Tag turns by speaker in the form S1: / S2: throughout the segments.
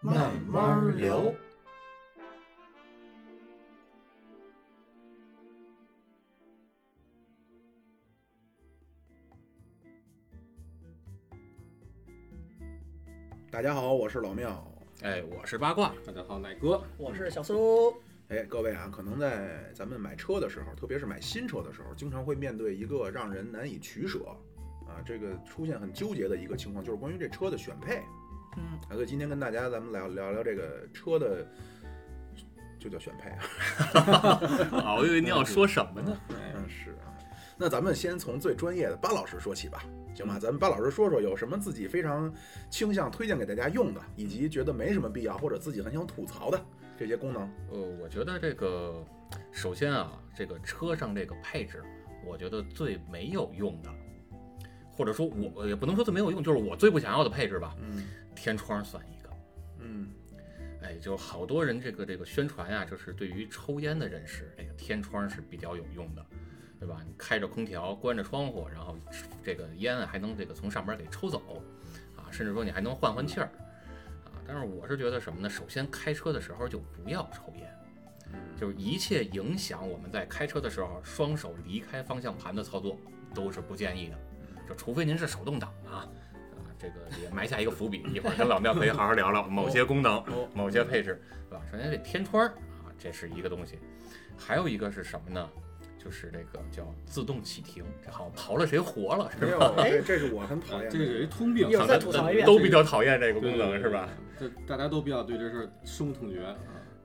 S1: 慢慢聊。
S2: 大家好，我是老庙。
S1: 哎，我是八卦，
S3: 大家好，奶哥，
S4: 我是小苏。
S2: 哎，各位啊，可能在咱们买车的时候，特别是买新车的时候，经常会面对一个让人难以取舍啊，这个出现很纠结的一个情况，就是关于这车的选配。
S4: 嗯，
S2: 啊，所以今天跟大家咱们聊聊聊这个车的，就叫选配啊。
S1: 啊，我以为你要说什么呢？
S3: 哎，
S2: 嗯，是啊。那咱们先从最专业的巴老师说起吧，行吧？咱们巴老师说说有什么自己非常倾向推荐给大家用的，以及觉得没什么必要或者自己很想吐槽的这些功能。
S1: 呃，我觉得这个，首先啊，这个车上这个配置，我觉得最没有用的，或者说我也不能说最没有用，就是我最不想要的配置吧，
S2: 嗯
S1: 天窗算一个。
S2: 嗯，
S1: 哎，就好多人这个这个宣传呀、就是对于抽烟的人士，这个天窗是比较有用的，对吧？你开着空调，关着窗户，然后这个烟啊还能这个从上边给抽走，啊，甚至说你还能换换气儿，啊。但是我是觉得什么呢？首先开车的时候就不要抽烟，
S3: 嗯
S1: 就是一切影响我们在开车的时候双手离开方向盘的操作都是不建议的，
S3: 嗯
S1: 就除非您是手动挡的啊。啊，这个也埋下一个伏 笔，一会儿跟老庙可以好好聊聊某些功能。
S3: 哦，
S1: 某些配置，对吧？首先这天窗儿啊，这是一个东西，还有一个是什么呢？就是这个叫自动启停，这好像刨了谁活了是
S2: 没有
S1: 吧？，
S2: 这这是我很讨
S3: 啊
S2: 厌
S3: 这
S2: 的。
S3: 个有一通病，啊
S4: 一会儿再吐槽一遍
S1: 都比较讨厌这个
S3: 对
S1: 功能是吧？？
S3: 对对对这大家都比较对这事儿深恶痛绝。啊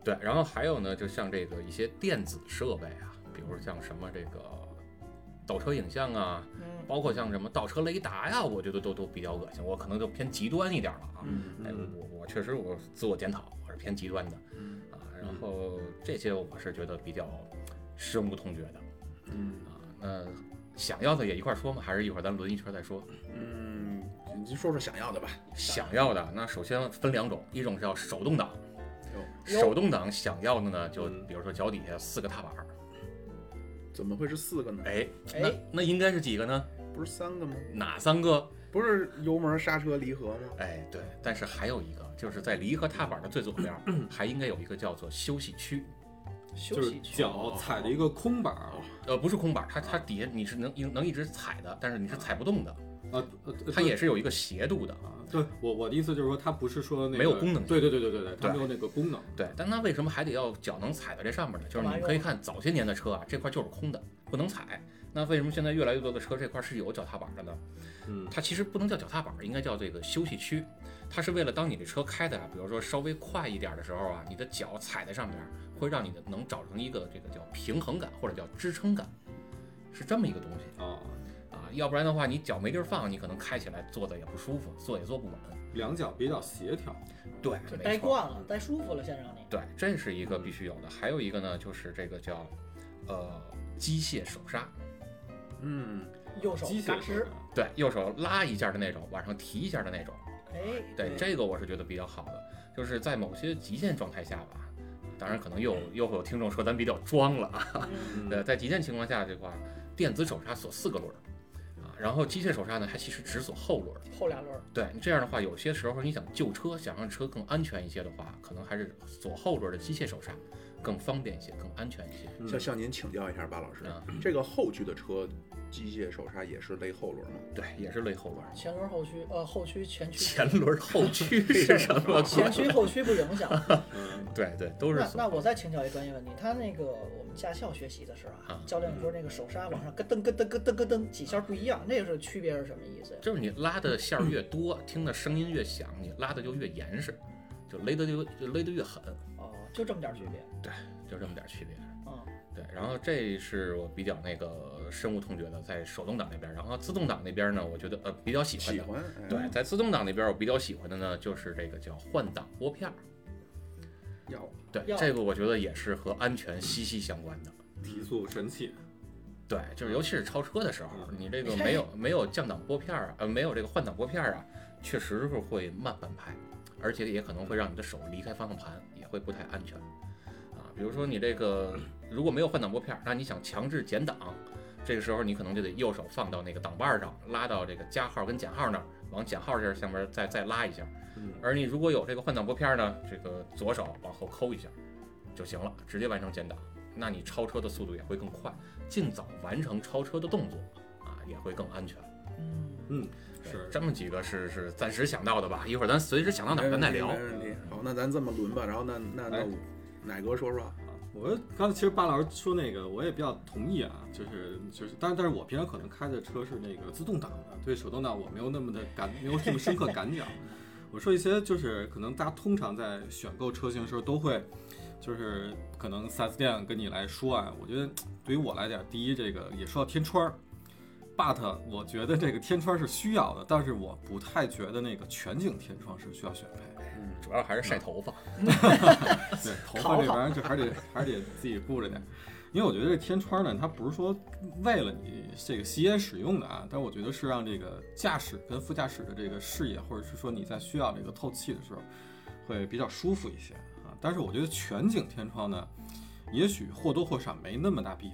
S1: 对，然后还有呢，就像这个一些电子设备啊，比如像什么这个倒车影像啊，
S4: 嗯，
S1: 包括像什么倒车雷达呀、我觉得都都比较恶心。我可能就偏极端一点了啊。
S2: 嗯
S1: 哎，
S3: 嗯
S1: 我我确实我自我检讨，我是偏极端的
S2: 嗯
S1: 啊。然后这些我是觉得比较深恶痛绝的。
S2: 嗯
S1: 啊，那想要的也一块儿说吗？还是一会儿咱轮一圈再说？
S2: 嗯，您说说想要的吧。
S1: 想要的那首先分两种，一种叫手动挡，
S4: 哟
S1: 手动挡想要的呢，就
S3: 嗯
S1: 比如说脚底下四个踏板儿，
S2: 怎么会是四个呢？
S1: 哎，
S4: 哎
S1: 那那应该是几个呢？
S2: 不是三个吗？
S1: 哪三个？
S2: 不是油门、刹车、离合吗？
S1: 哎，对，但是还有一个，就是在离合踏板的最左边儿，还应该有一个叫做休息区，
S4: 休
S3: 就是
S4: 息区。
S3: 脚
S1: 哦
S3: 踩着一个空板儿
S1: 呃，不是空板儿，它它底下你是能能一直踩的，但是你是踩不动的，
S3: 啊，呃
S1: 它也是有一个斜度的。
S3: 啊，对我我的意思就是说，它不是说那个
S1: 没有功能性
S3: 对对对对对对，它
S1: 对
S3: 没有那个功能。
S1: 对，但它为什么还得要脚能踩在这上面呢？就是你们可以看早些年的车啊，这块就是空的，不能踩。那为什么现在越来越多的车这块是有脚踏板的呢？
S3: 嗯，
S1: 它其实不能叫脚踏板，应该叫这个休息区。它是为了当你的车开的啊，比如说稍微快一点的时候啊，你的脚踩在上面，会让你的能找成一个这个叫平衡感或者叫支撑感，是这么一个东西
S3: 啊，
S1: 啊。要不然的话，你脚没地儿放，你可能开起来坐的也不舒服，坐也坐不稳。
S3: 两脚比较协调。
S1: 对，
S4: 就
S1: 没
S4: 待
S1: 错。
S4: 惯了，待舒服了，先让你。
S1: 对，这是一个必须有的。还有一个呢，就是这个叫，呃，机械手刹，
S2: 嗯，
S4: 右手
S3: 机
S4: 嘎
S3: 械
S4: 吱，
S1: 对，右手拉一下的那种，往上提一下的那种。
S4: 哎，
S1: 对，这个我是觉得比较好的，就是在某些极限状态下吧。当然，可能又又会有听众说咱比较装了啊。
S4: 嗯
S1: 呃，在极限情况下这块儿，电子手刹锁四个轮儿，啊，然后机械手刹呢，它其实只锁后轮儿。
S4: 后俩轮儿
S1: 对你这样的话，有些时候你想救车，想让车更安全一些的话，可能还是锁后轮儿的机械手刹更方便一些，更安全一些。
S3: 嗯
S2: 向向您请教一下，巴老师
S1: 啊，
S2: 这个后驱的车机械手刹也是勒后轮吗？
S1: 对，也是类后轮儿。
S4: 前轮后驱，呃，后驱前驱，
S1: 前轮后 驱是什么？
S4: 前驱后驱不影响。
S3: 嗯，
S1: 对对， 都是
S4: 那那我再请教一专业问题，他那个我们驾校学习的时候啊
S1: 啊，
S4: 教练说那个手刹往上咯噔咯噔咯噔咯噔几下不一样，那个是区别是什么意思呀？
S1: 就是你拉的线儿越多，听的声音越响，你拉的就越严实，就勒得就就勒得越狠，
S4: 哦，就这么点儿区别。
S1: 就这么点儿区别。
S4: 嗯，
S1: 对，然后这是我比较那个深恶痛绝的，在手动挡那边，然后自动挡那边呢，我觉得呃比较喜欢
S2: 喜
S1: 的。
S2: 欢，哎
S1: 对，在自动挡那边我比较喜欢的呢，就是这个叫换挡拨片儿
S3: 要
S1: 对
S4: 要，
S1: 这个我觉得也是和安全息息相关的。
S3: 提速神器，
S1: 对，就是尤其是超车的时候，
S3: 嗯
S1: 你这个没有没有降档拨片儿啊，呃，没有这个换挡拨片儿啊，确实是会慢半拍，而且也可能会让你的手离开方向盘，也会不太安全啊。比如说你这个如果没有换挡拨片儿，那你想强制减档，这个时候你可能就得右手放到那个挡把儿上，拉到这个加号跟减号那儿，往减号这儿下面再再拉一下。
S3: 嗯，
S1: 而你如果有这个换挡拨片儿呢，这个左手往后抠一下就行了，直接完成减档，那你超车的速度也会更快，尽早完成超车的动作啊，也会更安全。
S4: 嗯，
S1: 对
S3: 是
S1: 这么几个是是暂时想到的吧，一会儿咱随时想到哪儿咱再聊。
S2: 没问题。好，那咱这么轮吧，然后那那那
S3: 哎
S2: 我奶哥说啊说，
S3: 啊我刚才其实巴老师说那个，我也比较同意啊，就是就是，但是但是我平常可能开的车是那个自动挡的，对手动挡我没有那么的感，没有那么深刻感觉。啊我说一些就是可能大家通常在选购车型的时候都会，就是可能 4S 店跟你来说啊，我觉得对于我来讲，第一这个也说到天窗儿，but 我觉得这个天窗是需要的，但是我不太觉得那个全景天窗是需要选配。
S1: 主要还是晒头发，
S3: 对， 头
S4: 讨
S3: 发这
S4: 好
S3: 玩意儿就还是得还是得自己顾着点儿，因为我觉得这天窗呢，它不是说为了你这个吸烟使用的啊，但我觉得是让这个驾驶跟副驾驶的这个视野，或者是说你在需要这个透气的时候，会比较舒服一些啊。但是我觉得全景天窗呢，也许或多或少没那么大必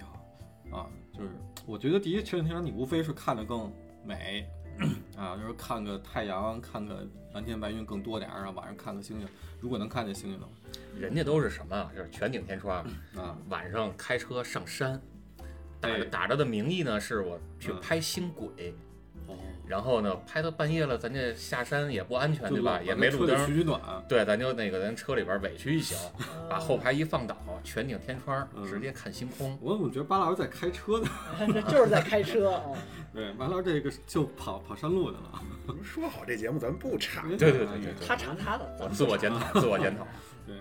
S3: 要啊。就是我觉得第一全景天窗，你无非是看着更美。啊，就是看个太阳，看个蓝天白云更多点儿，然后晚上看个星星，如果能看见星星的话
S2: 嗯
S1: 人家都是什么啊？就是全景天窗，
S3: 啊，
S1: 晚上开车上山，打着
S3: 哎
S1: 打着的名义呢，是我去
S3: 嗯
S1: 拍星轨，
S3: 哦，
S1: 然后呢拍到半夜了，咱这下山也不安全对吧？也没路
S3: 车里
S1: 灯
S3: 取，取暖，
S1: 对，咱就那个咱车里边委屈一 宿，
S4: 呃
S1: 把后排一放倒，全景天窗
S3: 嗯
S1: 直接看星空。
S3: 我怎么觉得巴老师在开 车呢？
S4: 这就是在开车啊，
S3: 对，巴老师这个就跑跑山路去了。
S2: 咱们说好这节目咱不插，
S1: 对对对对对，
S4: 他查他的，
S1: 我
S4: 咱们
S1: 自我检讨，自我检讨。
S2: 嗯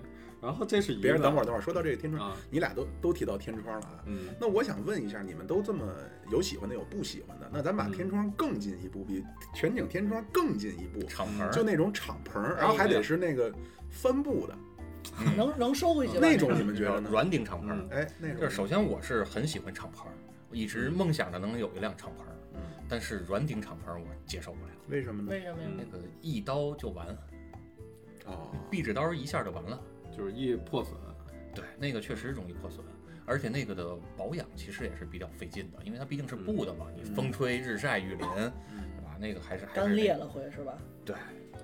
S3: 然后这是一个，
S2: 别人等会儿等会儿说到这个天窗，
S3: 啊，
S2: 你俩都都提到天窗了啊。
S3: 嗯，
S2: 那我想问一下，你们都这么有喜欢的，有不喜欢的，那咱把
S3: 嗯
S2: 天窗更进一步，比全景天窗更进一步，
S1: 敞篷儿
S2: 就那种敞篷儿，然后还得是那个帆布的
S1: 嗯
S4: 能能收回去吧？
S2: 那种，你们觉得呢？
S1: 软顶敞篷儿
S3: 嗯，
S2: 哎，那
S1: 就是
S2: 种
S1: 首先我是很喜欢敞篷儿，我一直梦想着能有一辆敞篷儿
S2: 嗯，
S1: 但是软顶敞篷儿我接受不了，
S2: 为什么呢？
S4: 为什么呀？
S1: 那个一刀就完，
S2: 哦，
S1: 壁纸刀一下就完了。
S3: 嗯就是一破损，
S1: 对，那个确实容易破损，而且那个的保养其实也是比较费劲的，因为它毕竟是布的嘛，你风吹日晒雨淋，对吧？那个还是还
S4: 干
S1: 是
S4: 裂
S1: 那个
S4: 了会是吧？
S1: 对，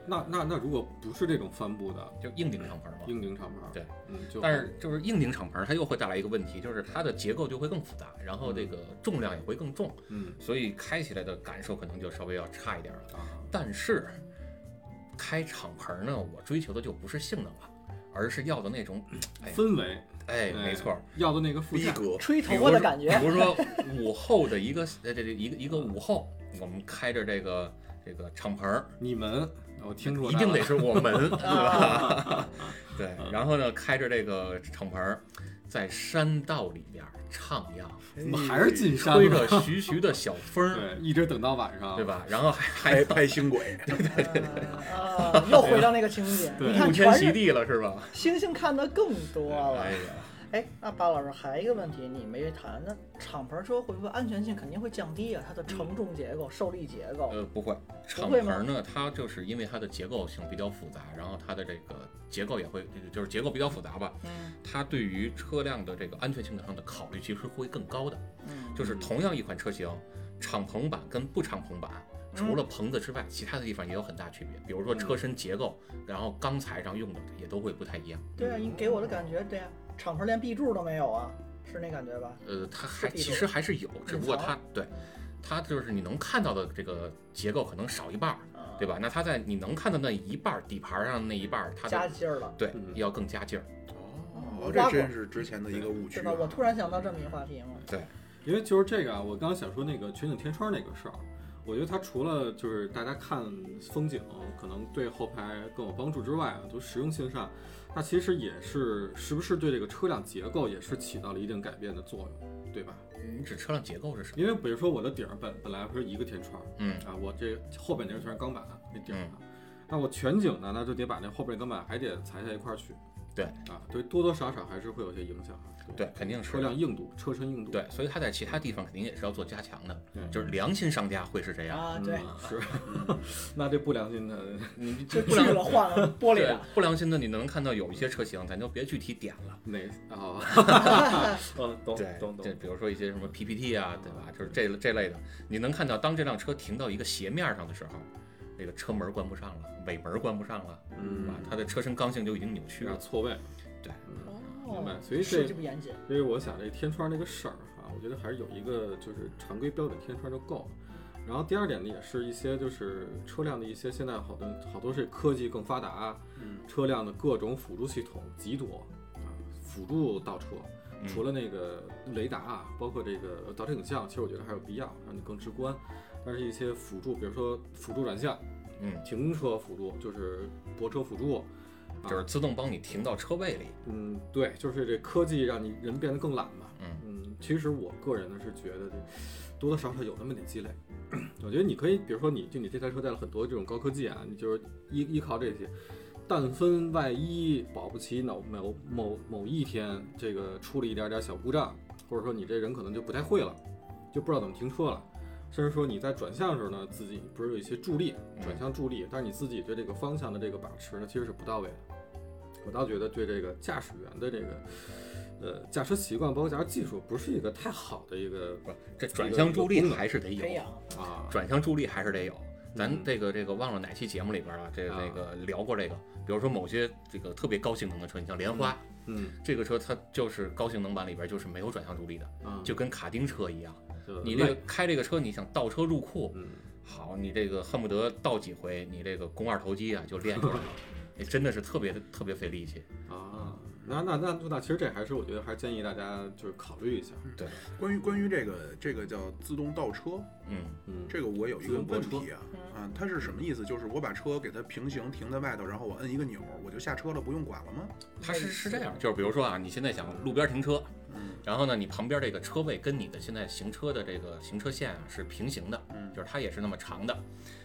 S3: 那那那如果不是这种帆布的
S1: 就硬顶敞篷嘛。
S3: 硬顶敞篷，
S1: 对，
S3: 嗯，就
S1: 但是就是硬顶敞篷，它又会带来一个问题，就是它的结构就会更复杂，然后这个重量也会更重，
S3: 嗯
S1: 所以开起来的感受可能就稍微要差一点了。
S3: 啊，
S1: 但是开敞篷呢，我追求的就不是性能了，而是要的那种，哎
S3: 氛围，
S1: 哎，没错儿，
S3: 要的那个副
S2: 逼
S3: 驾，
S2: 格，
S4: 吹
S1: 比
S4: 头
S1: 如
S4: 发
S1: 说
S4: 的感觉，
S1: 比如说午后的一个呃，这这一个一个午后，我们开着这个这个敞篷儿，
S3: 你们，我听出来
S1: 一定得
S3: 了
S1: 是我 们，
S4: 啊
S1: 对吧？对
S3: 嗯，
S1: 然后呢，开着这个敞篷儿，在山道里边儿徜徉，
S3: 怎么还是进山
S1: 吹
S3: 了？
S1: 着徐徐的小风儿，
S3: 对，一哎直等到晚上，
S1: 对？吧？然后还还
S2: 拍拍星轨，
S4: 啊，啊又回到那个情节，
S3: 对
S1: 沐
S4: 你看
S1: 天
S4: 全
S1: 席
S4: 是
S1: 地了，是吧？
S4: 星星看的更多了
S1: 哎。呀，
S4: 哎，那巴老师还有一个问题你没谈，那敞篷车会不会安全性肯定会降低啊？它的承重结构、受力结构，
S1: 呃，不会，敞
S4: 会
S1: 篷
S4: 吗
S1: 儿呢，它就是因为它的结构性比较复杂，然后它的这个结构也会，就是结构比较复杂吧，
S4: 嗯
S1: 它对于车辆的这个安全性上的考虑其实会更高的。
S4: 嗯，
S1: 就是同样一款车型，敞篷版跟不敞篷版，除
S4: 嗯
S1: 了棚子之外，其他的地方也有很大区别。比如说车身结构，
S4: 嗯
S1: 然后钢材上用的也都会不太一样。
S4: 对啊，你给我的感觉，对啊，敞篷连 B 柱都没有啊，是那感觉吧？
S1: 呃，它还
S4: 是地
S1: 其
S4: 主
S1: 实还是有，只不过
S4: 隐藏
S1: 它对它就是你能看到的这个结构可能少一半儿，
S4: 啊，
S1: 对吧？那它在你能看到那一半儿底盘上那一半儿，它
S4: 加
S1: 的
S4: 劲儿了，
S1: 对
S3: 嗯
S1: 要更加劲儿。
S2: 哦，这真是之前的一个误区
S4: 对
S2: 啊
S4: 吧？我突然想到这么一个话题嘛，
S3: 因为就是这个啊，我刚刚想说那个全景天窗那个事儿，我觉得它除了就是大家看风景可能对后排更有帮助之外啊，就实用性上，它其实也是是不是对这个车辆结构也是起到了一定改变的作用，对吧？
S1: 你指车辆结构是什么？
S3: 因为比如说我的顶儿本本来不是一个天窗
S1: 嗯
S3: 啊，我这后边那啊个全是钢板那顶儿啊，那我全景呢，那就得把那后边钢板还得裁下一块儿去，
S1: 对
S3: 啊，对，多多少少还是会有些影响啊。
S1: 对，肯定
S3: 车
S1: 是的
S3: 辆硬度、车身硬度，嗯
S1: 对，所以它在其他地方肯定也是要做加强的，
S3: 对，
S1: 就是良心商家会是这样，
S4: 啊，
S3: 嗯
S4: 对，
S3: 是。 那这不良心的，
S1: 你
S4: 就
S1: 嗯这不
S4: 去
S1: 良
S4: 了换了玻璃
S1: 对
S3: 啊
S4: 了，
S1: 不良心的，你能看到有一些车型，咱就别具体点了。
S3: 哪 啊？哦嗯，懂
S1: 对，
S3: 懂
S1: 这
S3: 懂。
S1: 比如说一些什么 PPT 啊，对吧？就是这这类的，你能看到，当这辆车停到一个斜面上的时候，那个车门关不上了，尾门关不上了，对
S3: 嗯啊
S1: 吧，？它的车身刚性就已经扭曲
S3: 有点
S1: 了。
S3: 错位。
S1: 对
S3: 嗯，明白
S4: 哦，
S3: 所以这
S4: 设计不严谨，
S3: 所以我想这天窗这个事儿啊，我觉得还是有一个就是常规标准天窗就够了。然后第二点呢，也是一些就是车辆的一些现在好多好多是科技更发达，
S2: 嗯，
S3: 车辆的各种辅助系统极多啊，辅助倒车，
S1: 嗯
S3: 除了那个雷达啊，包括这个倒车影像，其实我觉得还有必要让你更直观。但是一些辅助，比如说辅助转向、
S1: 嗯，
S3: 停车辅助，就是泊车辅助，啊
S1: 就是自动帮你停到车位里。
S3: 嗯，对，就是这科技让你人变得更懒嘛。
S1: 嗯
S3: 其实我个人呢是觉得这多多少少有那么点积累。 我觉得你可以，比如说你就你这台车带了很多这种高科技啊，你就是依依靠这些。但分万一保不齐某某某某一天这个出了一点点小故障，或者说你这人可能就不太会了，就不知道怎么停车了，甚至说你在转向的时候呢，自己不是有一些助力，
S1: 嗯
S3: 转向助力，但是你自己对这个方向的这个把持呢，其实是不到位的。我倒觉得对这个驾驶员的这个呃驾车习惯，包括驾驶技术，不是一个太好的一个
S1: 不，这转向助力
S3: 功能
S1: 还是得
S4: 培
S1: 有
S4: 养，，
S3: 啊，
S1: 转向助力还是得有。咱
S3: 嗯
S1: 这个这个忘了哪期节目里边了，这个
S3: 啊
S1: 这个聊过这个，比如说某些这个特别高性能的车，你像莲花
S3: 嗯
S1: 这个车，它就是高性能版里边就是没有转向助力的，
S3: 啊，
S1: 就跟卡丁车一样。
S3: 就
S1: 你这
S3: 累
S1: 个开这个车，你想倒车入库，
S3: 嗯
S1: 好，你这个恨不得倒几回，你这个肱二头肌啊就练 出来了，哎真的是特别的特别费力气。
S3: 啊，那那那那其实这还是我觉得还是建议大家就是考虑一下，
S2: 关于关于这个这个叫自动倒车，
S1: 嗯，
S3: 嗯，
S2: 这个我有一个问题啊
S4: 自动，
S2: 啊，它是什么意思？就是我把车给它平行停在外头，然后我摁一个钮，我就下车了，不用管了吗？
S1: 它是是这
S3: 嗯
S1: 样，就是比如说啊，你现在想路边停车，
S2: 嗯
S1: 然后呢，你旁边这个车位跟你的现在行车的这个行车线啊是平行的，
S2: 嗯
S1: 就是它也是那么长的。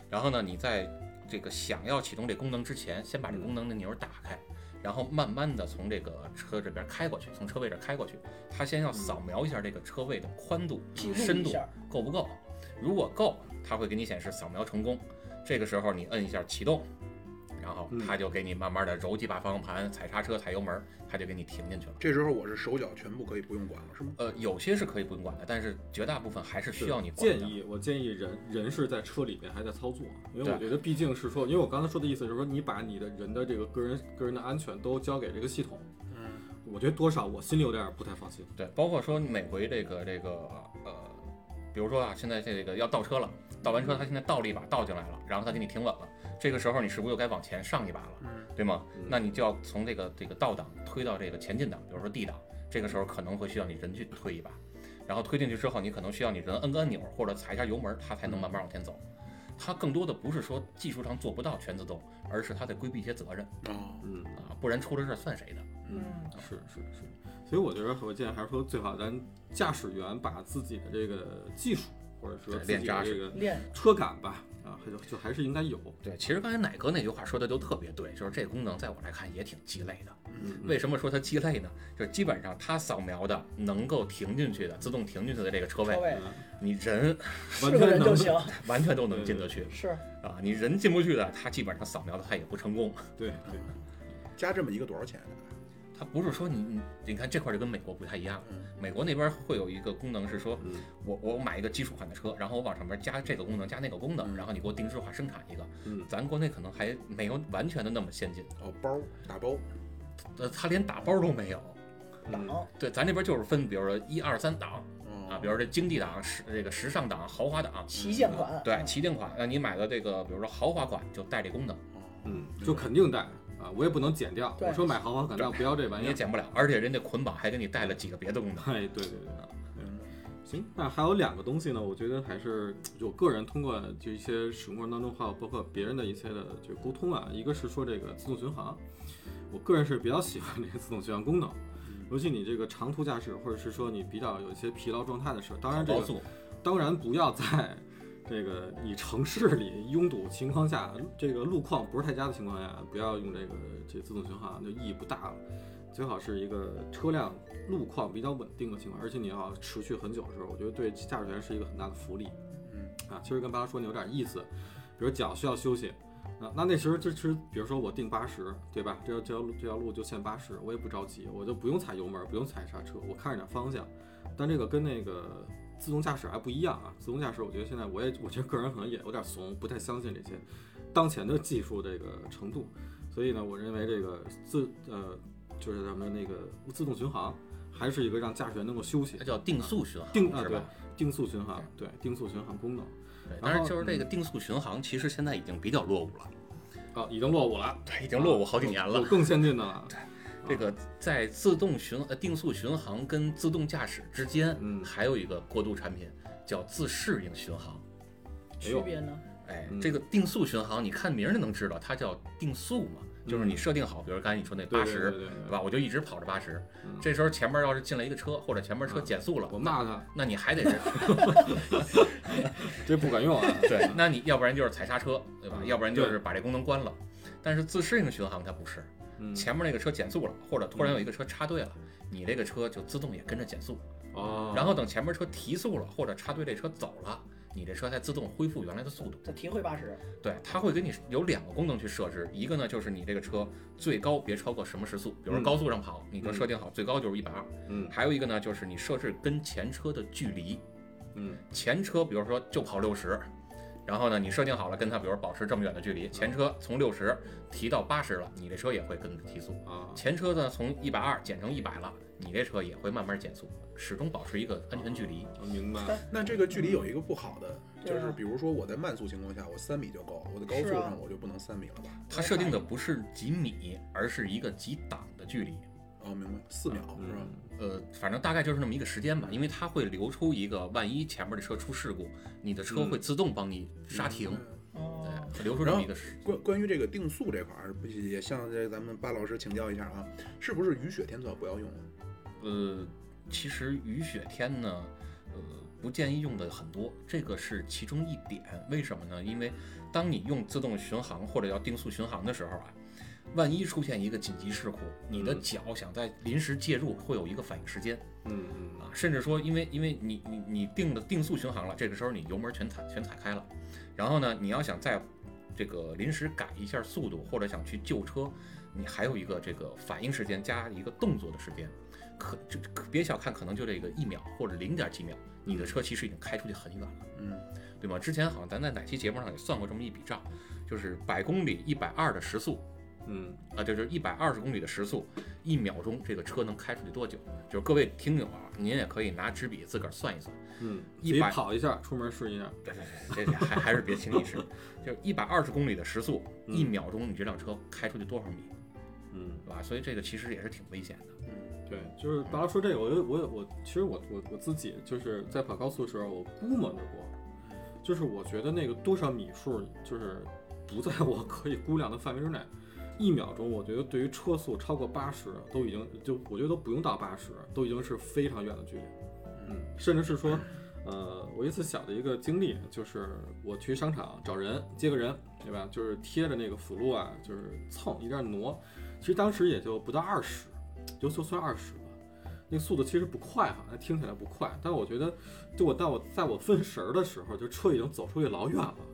S1: 然后呢，你在这个想要启动这功能之前，先把这功能的钮打开，然后慢慢的从这个车这边开过去，从车位这儿开过去。它先要扫描一下这个车位的宽度、
S4: 记录
S1: 深
S4: 一
S1: 度
S4: 下
S1: 够不够。如果够，它会给你显示扫描成功。这个时候你摁一下启动，然后
S3: 嗯
S1: 它就给你慢慢的揉几把方向盘，踩刹车、踩油门，它就给你停进去了。
S2: 这时候我是手脚全部可以不用管了，是吗？
S1: 呃，有些是可以不用管的，但是绝大部分还是需要你管的。
S3: 建议我建议人人是在车里面还在操作，因为
S1: 对
S3: 我觉得毕竟是说，因为我刚才说的意思就是说，你把你的人的这个个人个人的安全都交给这个系统，
S2: 嗯，
S3: 我觉得多少我心里有点不太放心。
S1: 对，包括说你每回这个这个呃，比如说啊，现在这个要倒车了，倒完车他现在倒了一把倒进来了，然后他给你停稳了，这个时候你是不是又该往前上一把了，
S2: 嗯
S1: 对吗
S3: 嗯？
S1: 那你就要从这个这个倒档推到这个前进档，比如说 D 档，这个时候可能会需要你人去推一把，然后推进去之后，你可能需要你人摁个按钮或者踩一下油门，它才能慢慢往前走。它更多的不是说技术上做不到全自动，而是它在规避一些责任
S2: 哦，
S3: 嗯，
S1: 啊，不然出了事儿算谁的？
S4: 嗯，
S3: 是是是，所以我觉得我建议还是说最好咱驾驶员把自己的这个技术，或者说
S1: 对
S3: 自己
S1: 练嗯扎
S3: 的
S1: 实
S3: 这个
S4: 练
S3: 车感吧，啊，还就就还是应该有。
S1: 对，其实刚才奶哥那句话说的就特别对，就是这功能在我来看也挺鸡肋的。
S3: 嗯
S1: 为什么说它鸡肋呢？就是基本上它扫描的能够停进去的、自动停进去的这个车
S4: 车
S1: 位，
S4: 位，
S3: 嗯
S1: 你人
S3: 完
S4: 是
S3: 全
S4: 个人就
S3: 能
S4: 行，
S1: 完全都能进得去
S4: 是
S1: 啊。你人进不去的，它基本上扫描的它也不成功。
S3: 对对，
S2: 加这么一个多少钱呢？
S1: 它不是说你你你看这块儿就跟美国不太一样
S2: 嗯，
S1: 美国那边会有一个功能是说
S3: 嗯
S1: 我我买一个基础款的车，然后我往上面加这个功能加那个功能，
S2: 嗯
S1: 然后你给我定制化生产一个。
S3: 嗯
S1: 咱国内可能还没有完全的那么先进，
S2: 哦，包打包，
S1: 呃，它连打包都没有。嗯
S4: 档，
S1: 对，咱这边就是分，比如说一二三档啊，
S2: 哦
S1: 比如说这经济档、时这个时尚档、豪华档，
S4: 旗舰款，
S1: 嗯
S4: 嗯
S1: 对，旗舰款。那你买的这个，比如说豪华款，就带这功能，
S2: 哦
S3: 嗯，就肯定带啊，我也不能减掉。
S4: 对
S3: 我说买豪华肯定不要这玩
S1: 你
S3: 意
S1: 也
S3: 儿。
S1: 减不了，而且人家捆绑还给你带了几个别的功能。
S3: 哎，对对对。
S2: 嗯
S3: 行，那还有两个东西呢，我觉得还是就我个人通过就一些使用过程当中，还有包括别人的一些的就沟通啊，一个是说这个自动巡航，我个人是比较喜欢这个自动巡航功能，尤其你这个长途驾驶或者是说你比较有一些疲劳状态的时候，当然这
S1: 高
S3: 个
S1: 速，
S3: 当然不要在 这个你城市里拥堵情况下，这个路况不是太佳的情况下，不要用这个这自动巡航，就意义不大了。最好是一个车辆路况比较稳定的情况，而且你要持续很久的时候，我觉得对驾驶员是一个很大的福利。啊，其实跟巴拉说你有点意思，比如脚需要休息，啊，那那时候就是，比如说我定八十，对吧？这条这条路这条路就限八十，我也不着急，我就不用踩油门，不用踩刹车，我看着点方向。但这个跟那个自动驾驶还不一样啊，自动驾驶我觉得现在我也我觉得个人可能也有点怂，不太相信这些当前的技术这个程度。所以呢，我认为这个自呃就是咱们那个自动巡航，还是一个让驾驶员能够休息
S1: 它叫定速巡航，
S3: 定啊
S1: 是
S3: 对
S1: 吧？
S3: 定速巡航，对定速巡航功能。
S1: 对，
S3: 然
S1: 但
S3: 后嗯
S1: 是就是这个定速巡航，其实现在已经比较落伍了，
S3: 哦，已经落伍了，
S1: 对，已经落伍好几年了
S3: 有。更先进的了。
S1: 这个在自动巡呃定速巡航跟自动驾驶之间，
S3: 嗯
S1: 还有一个过渡产品叫自适应巡航。
S3: 哎呦
S4: 区别呢？
S1: 哎
S3: 嗯，
S1: 这个定速巡航，你看名儿就能知道，它叫定速嘛，就是你设定好，比如刚才你说那
S3: 嗯对
S1: 八
S3: 对对
S1: 十，
S3: 对
S1: 对
S3: 对，
S1: 吧？我就一直跑着八十
S3: 嗯，
S1: 这时候前面要是进来一个车，或者前面车
S3: 嗯
S1: 减速了，
S3: 我骂他，
S1: 那你 还得是
S3: 这不管用啊。
S1: 对，那你要不然就是踩刹车，对吧？
S3: 嗯
S1: 要不然就
S3: 对
S1: 是把这功能关了。但是自适应巡航它不是，
S3: 嗯，
S1: 前面那个车减速了，或者突然有一个车插队了，你这个车就自动也跟着减速，
S3: 哦，
S1: 然后等前面车提速了，或者插队这车走了，你这车才自动恢复原来的速度。
S4: 再提回八十，
S1: 对，它会给你有两个功能去设置，一个呢就是你这个车最高别超过什么时速，比如
S3: 嗯
S1: 说高速上跑，你就
S3: 嗯
S1: 设定好最高就是一百二。
S3: 嗯
S1: 还有一个呢就是你设置跟前车的距离，
S3: 嗯
S1: 前车比如说就跑六十，然后呢你设定好了跟它比如保持这么远的距离，
S3: 嗯
S1: 前车从六十提到八十了，你这车也会跟着提速。
S3: 啊，
S1: 前车呢从一百二减成一百了，你这车也会慢慢减速，始终保持一个安全距离。
S3: 我明白。
S2: 那这个距离有一个不好的，
S4: 对
S2: 就
S4: 啊
S2: 是比如说我在慢速情况下，我三米就够，我在高速
S4: 是啊
S2: 上我就不能三米了吧？
S1: 它设定的不是几米，而是一个几档的距离。
S2: 哦，明白，四秒是吧？
S3: 嗯，
S1: 呃，反正大概就是那么一个时间吧，因为它会留出一个，万一前面的车出事故，你的车
S3: 嗯
S1: 会自动帮你
S2: 嗯
S1: 刹停，
S4: 哦，
S1: 对，会留出这么一个时。
S2: 关关于这个定速这块儿，不也向这咱们巴老师请教一下啊，是不是雨雪天最好不要用啊？
S1: 呃，其实雨雪天呢，呃，不建议用的很多，这个是其中一点。为什么呢？因为当你用自动巡航或者要定速巡航的时候啊，万一出现一个紧急事故，你的
S3: 嗯
S1: 脚想在临时介入，会有一个反应时间。
S3: 嗯嗯
S1: 啊，甚至说因为因为你你你定的定速巡航了，这个时候你油门全踩全踩开了，然后呢，你要想再这个临时改一下速度，或者想去救车，你还有一个这个反应时间加一个动作的时间，可这可别小看，可能就这个一秒或者零点几秒，你的车其实已经开出去很远了，
S2: 嗯，
S1: 对吗？之前好像咱在哪期节目上也算过这么一笔账，就是百公里一百二的时速，
S3: 嗯
S1: 啊，这就是一百二十公里的时速，一秒钟这个车能开出去多久？就是各位听友啊，您也可以拿纸笔自个儿算一算，
S3: 嗯，自
S1: 一
S3: 己
S1: 百
S3: 跑一下，出门试一下。
S1: 对对对，这个还还是别轻易 试。就是一百二十公里的时速，
S3: 嗯
S1: 一秒钟你这辆车开出去多少米，
S3: 嗯，
S1: 对吧？所以这个其实也是挺危险的。
S3: 对，就是大家说这个，我有我有我，其实我我我自己就是在跑高速的时候，我估摸着过，就是我觉得那个多少米数，就是不在我可以估量的范围之内。一秒钟，我觉得对于车速超过八十，都已经就我觉得都不用到八十，都已经是非常远的距离。嗯，甚至是说，呃，我一次小的一个经历，就是我去商场找人接个人，对吧？就是贴着那个辅路啊，就是蹭一点挪。其实当时也就不到二十，就就算二十吧。那个速度其实不快哈，那听起来不快，但我觉得，就我当我在我分神儿的时候，就车已经走出去老远了。
S1: 嗯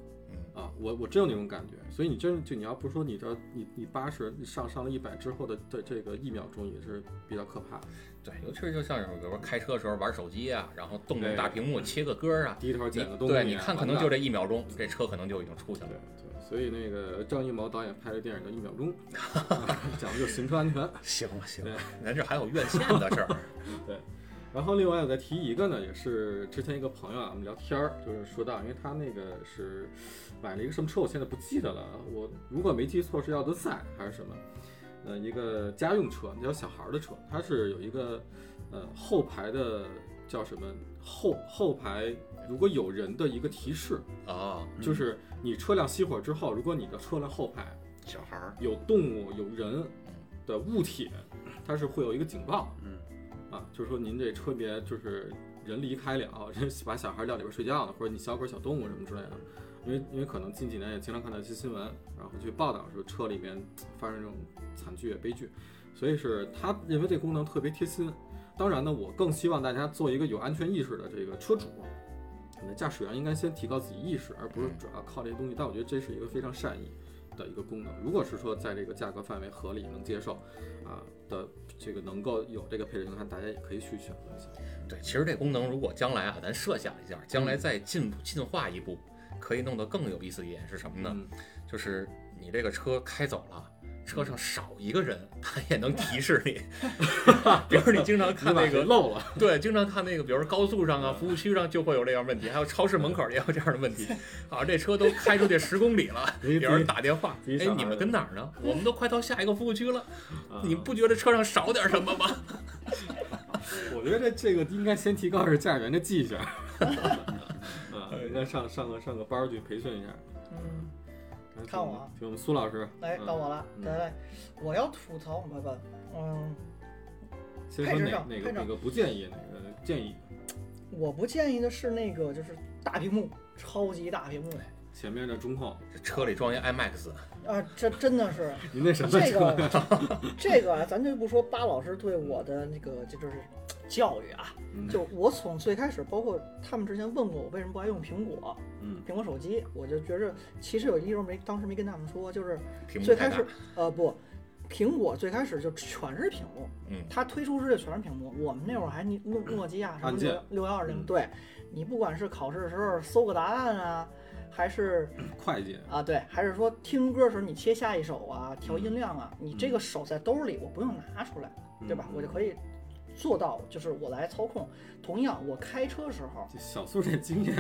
S3: 啊，我我真有那种感觉，所以你真就你要不说你这你你八十上上了一百之后的的这个一秒钟也是比较可怕的，
S1: 对，尤其是就像是比如说开车的时候玩手机啊，然后动
S3: 对
S1: 动大屏幕切个歌儿啊，
S3: 低头
S1: 你
S3: 捡个东西啊、
S1: 对，你看可能
S3: 完
S1: 就
S3: 蛋
S1: 这一秒钟，这车可能就已经出去了
S3: 对。对，所以那个张艺谋导演拍的电影叫《一秒 钟》啊，讲的就是行车安全。
S1: 行了行
S3: 对
S1: 了，咱这还有院线的 事儿。
S3: 然后另外我再提一个呢，也是之前一个朋友啊，我们聊天儿就是说到，因为他那个是买了一个什么车，我现在不记得了，我如果没记错是奥德赛还是什么，呃，一个家用车，叫小孩儿的车，它是有一个呃后排的叫什么后后排如果有人的一个提示，
S1: 哦，
S2: 嗯
S3: 就是你车辆熄火之后，如果你的车辆后排
S2: 小孩儿，
S3: 有动物、有人的物体，它是会有一个警报。
S2: 嗯，
S3: 啊，就是说您这车别就是人离开了， 这把小孩撂里边睡觉呢，或者你小狗、小动物什么之类的。因为因为可能近几年也经常看到一些新闻，然后去报道说车里面发生这种惨剧、悲剧，所以是他认为这功能特别贴心。当然呢，我更希望大家做一个有安全意识的这个车主，你的驾驶员应该先提高自己意识，而不是主要靠这些东西。但我觉得这是一个非常善意的一个功能。如果是说在这个价格范围合理能接受啊的这个能够有这个配置情况下，大家也可以去选择一下。
S1: 对，其实这功能如果将来啊，咱设想一下，将来再进步进化一步，可以弄得更有意思一点是什么呢？
S3: 嗯，
S1: 就是你这个车开走了。车
S3: 嗯
S1: 上少一个人，它也能提示 你。比如你经常看那
S3: 那
S1: 个
S3: 个漏了，
S1: 对，经常看那个，比如说高速上
S3: 嗯
S1: 啊、服务区上就会有这样问题，还有超市门口也有这样的 问题。啊，这车都开出去十公里了，
S3: 你
S1: 有人打电话，
S3: 自己
S1: 哎，
S3: 想啊
S1: 你
S3: 的
S1: 们跟哪儿呢？我们都快到下一个服务区了，
S3: 啊
S1: 你们不觉得车上少点什么吗？
S3: 我觉得这这个应该先提高是驾驶员的记 性，啊，应该上上个上个班儿去培训一下。
S4: 嗯，看我啊
S3: 听我们苏老师，
S4: 来
S3: 嗯
S4: 到我了，
S3: 嗯
S4: 来来，我要吐槽不不，嗯，
S3: 先说
S4: 配置
S3: 哪
S4: 上
S3: 哪
S4: 配
S3: 个
S4: 置
S3: 哪个不建议，哪个建议
S4: 我不建议的是那个就是大屏幕，超级大屏幕
S3: 前面的中控，
S1: 这车里装一 iMax，
S4: 啊，这真的是
S3: 您那什么
S4: 这
S3: 车？
S4: 个 这个啊，咱就不说巴老师对我的那个这就是教育啊，
S3: 嗯
S4: 就我从最开始，包括他们之前问过我为什么不爱用苹果
S3: 嗯
S4: 苹果手机，我就觉着其实有一种没当时没跟他们说，就是
S1: 屏幕
S4: 最
S1: 太
S4: 开
S1: 大
S4: 始，呃不，苹果最开始就全是屏幕，
S1: 嗯
S4: 它推出时就全是屏幕。我们那会儿还你诺诺基亚什
S3: 嗯按
S4: 么
S3: 键
S4: 六六幺二
S3: 嗯
S4: 零，对你不管是考试的时候搜个答案啊，还是
S3: 嗯会计，
S4: 啊对，还是说听歌的时候你切下一首啊，调音量啊，你这
S3: 嗯
S4: 个手在兜里，我不用拿出来，对吧？我就可以做到，就是我来操控。同样，我开车时候，
S3: 这小苏这经验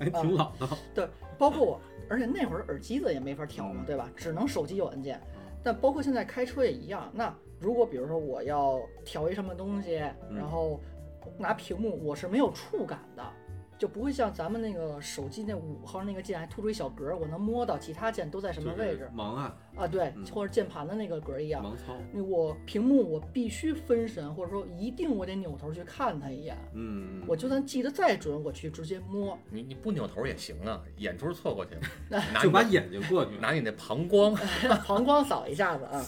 S4: 嗯
S3: 还挺老道，
S4: 包括我，而且那会儿耳机子也没法调嘛
S3: 嗯，
S4: 对吧？只能手机有按键。但包括现在开车也一样。那如果比如说我要调一什么东西，
S3: 嗯
S4: 然后拿屏幕，我是没有触感的，就不会像咱们那个手机那五号那个键还突出一小格儿，我能摸到其他键都在什么
S3: 就是
S4: 位置
S3: 盲按
S4: 啊？对
S3: 嗯，
S4: 或者键盘的那个格儿
S1: 嗯
S4: 一样。
S3: 盲操，
S4: 我屏幕我必须分神，或者说一定我得扭头去看它一眼。
S3: 嗯，
S4: 我就算记得再准，我去直接摸，
S1: 你你不扭头也行啊，眼珠错过去 了，拿
S3: 就
S1: 你
S3: 把
S1: 的
S3: 眼睛过去，
S1: 拿你那膀胱，
S4: 膀胱扫一下子 啊。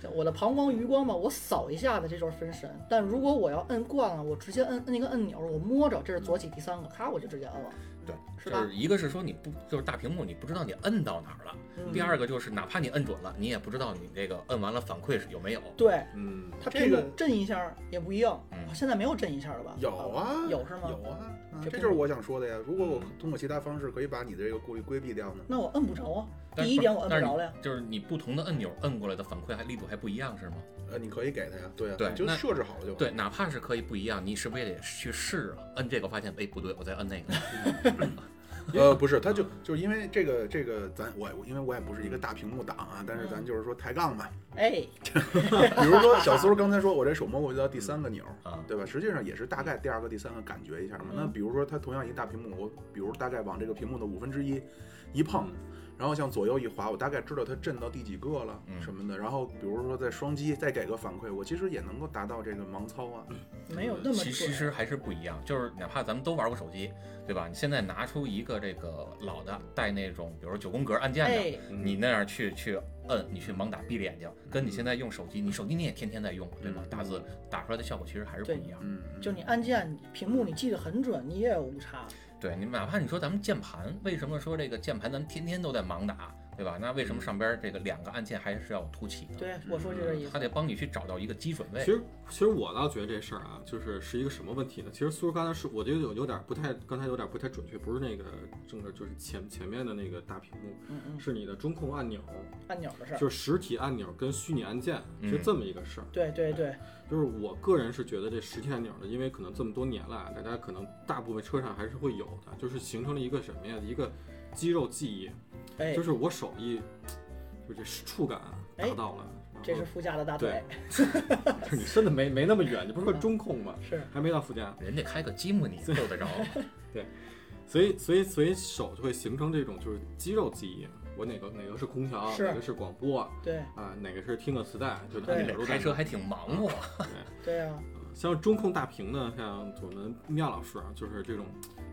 S4: 这我的膀胱余光嘛，我扫一下子，这就是分神。但如果我要摁惯了，我直接摁摁一个按钮，我摸着这是左起第三个，咔我就直接摁了，
S1: 嗯对，
S4: 是
S1: 就
S4: 吧
S1: 是？一个是说你不就是大屏幕，你不知道你摁到哪儿了；
S4: 嗯
S1: 第二个就是哪怕你摁准了，你也不知道你这个摁完了反馈是有没有。
S4: 对，
S3: 嗯，
S4: 它
S2: 这
S4: 屏
S2: 个
S4: 幕震一下也不一样啊
S1: 嗯。
S4: 现在没有震一下了吧？
S2: 有啊，
S4: 有是吗？
S2: 有啊，啊
S4: 这
S2: 这
S4: 不
S2: 就是我想说的呀。如果我通过其他方式可以把你的这个顾虑规避掉呢？
S4: 那我摁不着啊。
S1: 但是
S4: 第一点我摁
S1: 但
S4: 不
S1: 是
S4: 着了呀。
S1: 就是你不同的按钮摁过来的反馈还力度还不一样是吗？
S2: 呃，你可以给他呀，对呀，
S1: 对
S2: 你就
S1: 那
S2: 设置好了就好。
S1: 对，哪怕是可以不一样，你是不是也得去试啊？摁这个发现，哎，不对，我再摁 那个。
S2: 呃，不是，他就就是因为这个这个，咱我我因为我也不是一个大屏幕党啊，但是咱就是说抬杠嘛。
S4: 哎，
S2: 比如说小苏刚才说我这手摸过去到第三个钮儿，
S1: 啊，
S2: 对吧？实际上也是大概第二个、第三个感觉一下嘛。
S4: 嗯
S2: 那比如说它同样一大屏幕，我比如大概往这个屏幕的五分之一一碰。
S4: 嗯
S2: 然后向左右一滑，我大概知道它震到第几个了
S1: 嗯
S2: 什么的。然后比如说再双击，再给个反馈，我其实也能够达到这个盲操啊。
S4: 没有那么
S1: 其其
S4: 准。
S1: 实还是不一样，就是哪怕咱们都玩过手机，对吧？你现在拿出一个这个老的带那种，比如九宫格按键的，
S4: 哎，
S3: 嗯
S1: 你那样去去摁，你去盲打闭着眼睛，跟你现在用手机，你手机你也天天在用，对吧？
S2: 嗯
S1: 打字打出来的效果其实还是不一样。
S2: 嗯，
S4: 就你按键屏幕你记得很准，你也有误差。
S1: 对你，哪怕你说咱们键盘，为什么说这个键盘咱们天天都在盲打，对吧？那为什么上边这个两个按键还是要凸起呢？
S4: 嗯对，我说这个意思
S1: 它。得帮你去找到一个基
S4: 哎
S1: 准位。
S3: 其实，其实我倒觉得这事儿啊，就是是一个什么问题呢？其实苏叔刚才是，我觉得有有点不太，刚才有点不太准确，不是那个正着，就是前前面的那个大屏幕，
S4: 嗯嗯，
S3: 是你的中控按钮，
S4: 按钮的事儿。
S3: 就是实体按钮跟虚拟按键
S1: 嗯
S3: 是这么一个事儿。
S4: 对对对，
S3: 就是我个人是觉得这实体按钮呢，因为可能这么多年来，大家可能大部分车上还是会有的，就是形成了一个什么呀？一个肌肉记忆，
S4: 哎
S3: 就，是我手艺，就这触感啊达
S4: 哎
S3: 到了。
S4: 这
S3: 然后
S4: 是副驾的大腿，
S3: 就是你伸的没没那么远，你不是说
S4: 嗯
S3: 中控吗？
S4: 是
S3: 还没到副驾，
S1: 人家开个积木你够得着，
S3: 所以，所以，所以手就会形成这种就是肌肉记忆，我哪个哪个是空调，
S4: 是
S3: 哪个是广播啊、
S4: 对
S3: 哪个是听个磁带，就
S4: 对
S3: 按
S1: 你
S3: 钮
S1: 这
S3: 都
S1: 开
S3: 在
S1: 车
S3: 哪儿。
S1: 还挺忙活。
S4: 对啊，
S3: 像中控大屏呢，像我们妙老师啊，就是这种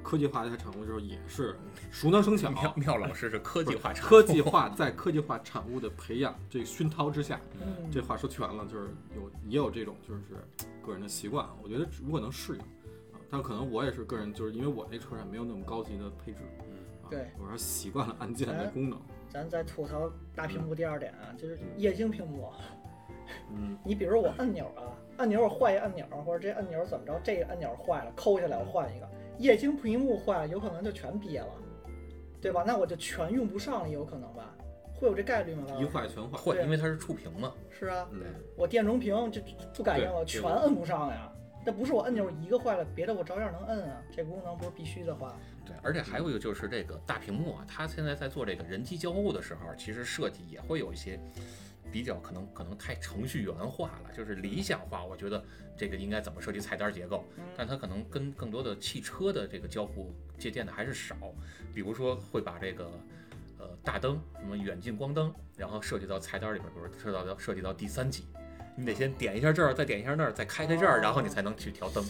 S3: 科技化的产物之后，也是熟能生巧。
S1: 妙妙老师是科技化产物
S3: 科技化在科技化产物的培养这熏陶之下，
S4: 嗯，
S3: 这话说全了，就是有也有这种就是个人的习惯，我觉得如果能适应啊，但可能我也是个人，就是因为我那车上没有那么高级的配置，啊
S4: 对，
S3: 我是习惯了按键的
S4: 哎
S3: 功能，
S4: 咱再吐槽大屏幕第二点啊，就是液晶屏幕。啊
S3: 嗯，
S4: 你比如我按钮啊，按钮我换一按钮，或者这按钮怎么着，这个按钮坏了，抠下来我换一个。液晶屏幕坏了，有可能就全憋了，对吧？那我就全用不上了，有可能吧？会有这概率吗？
S3: 一坏全坏，
S1: 会，
S4: 对啊
S1: 因为它是触屏嘛，
S4: 是啊，
S3: 嗯，
S4: 我电容屏这不敢用了，
S1: 对
S4: 全摁不上呀。那不是我按钮一个坏了，别的我照样能摁啊。这功能不是必须的话，
S1: 对，而且还
S3: 嗯
S1: 有一个就是这个大屏幕啊，它现在在做这个人机交互的时候，其实设计也会有一些比较可能可能太程序员化了，就是
S3: 嗯
S1: 理想化。我觉得这个应该怎么设计菜单结构，但它可能跟更多的汽车的这个交互借鉴的还是少，比如说会把这个。呃，大灯什么远近光灯，然后涉及到菜单里边，比如说涉及到涉及到第三级，你得先点一下这儿，再点一下那儿，再开开这儿，然后你才能去调灯，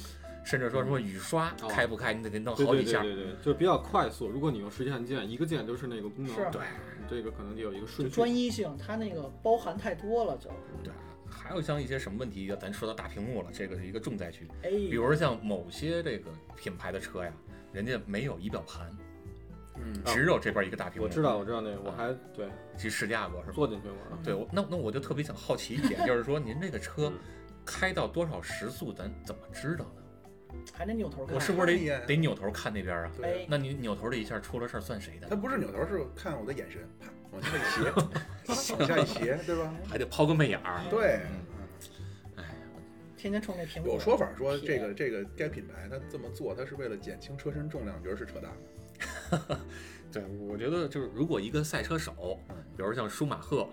S1: 甚至说什么雨刷
S3: 哦
S1: 开不开，你得给弄
S3: 对
S1: 好
S3: 对
S1: 几
S3: 对
S1: 下。
S3: 对对，就是比较快速。如果你用实体按键，一个键就是那个功能，
S4: 是
S1: 对，
S3: 这个可能得有一个顺序。
S4: 专一性它那个包含太多了就，
S1: 对，还有像一些什么问题，咱说到大屏幕了，这个是一个重灾区。
S4: 哎，
S1: 比如说像某些这个品牌的车呀，人家没有仪表盘，
S2: 嗯
S3: 啊
S1: 只有这边一个大屏幕。
S3: 我知道，我知道那个，我
S1: 啊
S3: 还对
S1: 去试驾过是吧？
S3: 坐进去过啊。
S1: 对，我那那我就特别想好奇一 点，就是说您这个车
S3: 嗯
S1: 开到多少时速，咱怎么知道呢？
S4: 嗯还得扭头看。
S1: 我是不是
S2: 看一
S1: 得
S2: 眼
S1: 得扭头看那边啊？
S2: 对，
S4: 哎，
S1: 那你扭头这一下出了事儿算谁
S2: 他
S1: 的？
S2: 不是扭头，是看我的眼神，啪往下一斜， 往下一斜，对吧？
S1: 还得抛个媚眼儿。
S2: 对，
S4: 嗯天天冲那屏幕。
S2: 有说法说这
S4: 啊
S2: 个这个该品牌它这么做，它是为了减轻车身重量，你觉得是扯淡 吗？
S1: 对，我觉得就是如果一个赛车手，比如像舒马赫，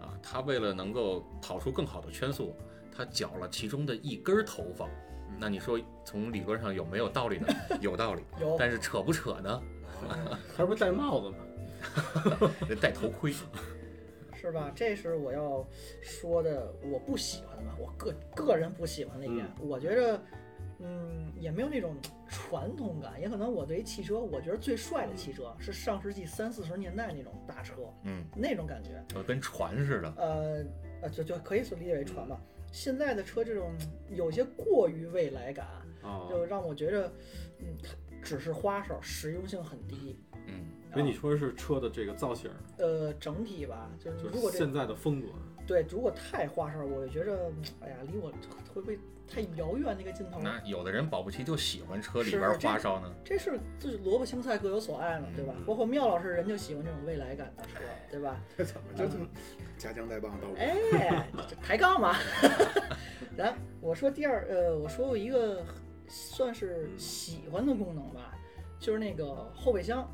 S1: 啊，他为了能够跑出更好的圈速，他绞了其中的一根头发，那你说从理论上有没有道理呢？有道理，
S4: 有
S1: 但是扯不扯呢？
S3: 还不是戴帽子吗？
S1: 得戴头盔。
S4: 是吧？这是我要说的，我不喜欢的吧，我个个人不喜欢的一点。我觉着，嗯，也没有那种传统感，也可能我对于汽车，我觉得最帅的汽车是上世纪三四十年代那种大车，
S1: 嗯，
S4: 那种感觉。
S1: 就跟船似的。
S4: 呃，呃，就就可以理解为传吧。现在的车这种有些过于未来感，
S3: 啊，
S4: 就让我觉着，嗯，它只是花哨，实用性很低。
S1: 嗯，
S3: 所以你
S4: 啊
S3: 说的是车的这个造型，
S4: 呃，整体吧，就是
S3: 就
S4: 如果
S3: 是
S4: 这
S3: 现在的风格。
S4: 对，如果太花哨，我就觉着，哎呀，离我会不会太遥远那个尽头？
S1: 那有的人保不齐就喜欢车里
S4: 是
S1: 边
S4: 啊
S1: 儿
S4: 这
S1: 花哨呢。
S4: 这事儿就是萝卜青菜各有所爱嘛，对
S3: 嗯
S4: 吧？包括妙老师人就喜欢这种未来感的车，对吧？
S2: 这怎么就这么
S4: 嗯
S2: 夹枪带棒到我？
S4: 哎，这抬杠嘛。 然后我说第二，呃，我说过一个算是喜欢的功能吧，就是那个后备箱。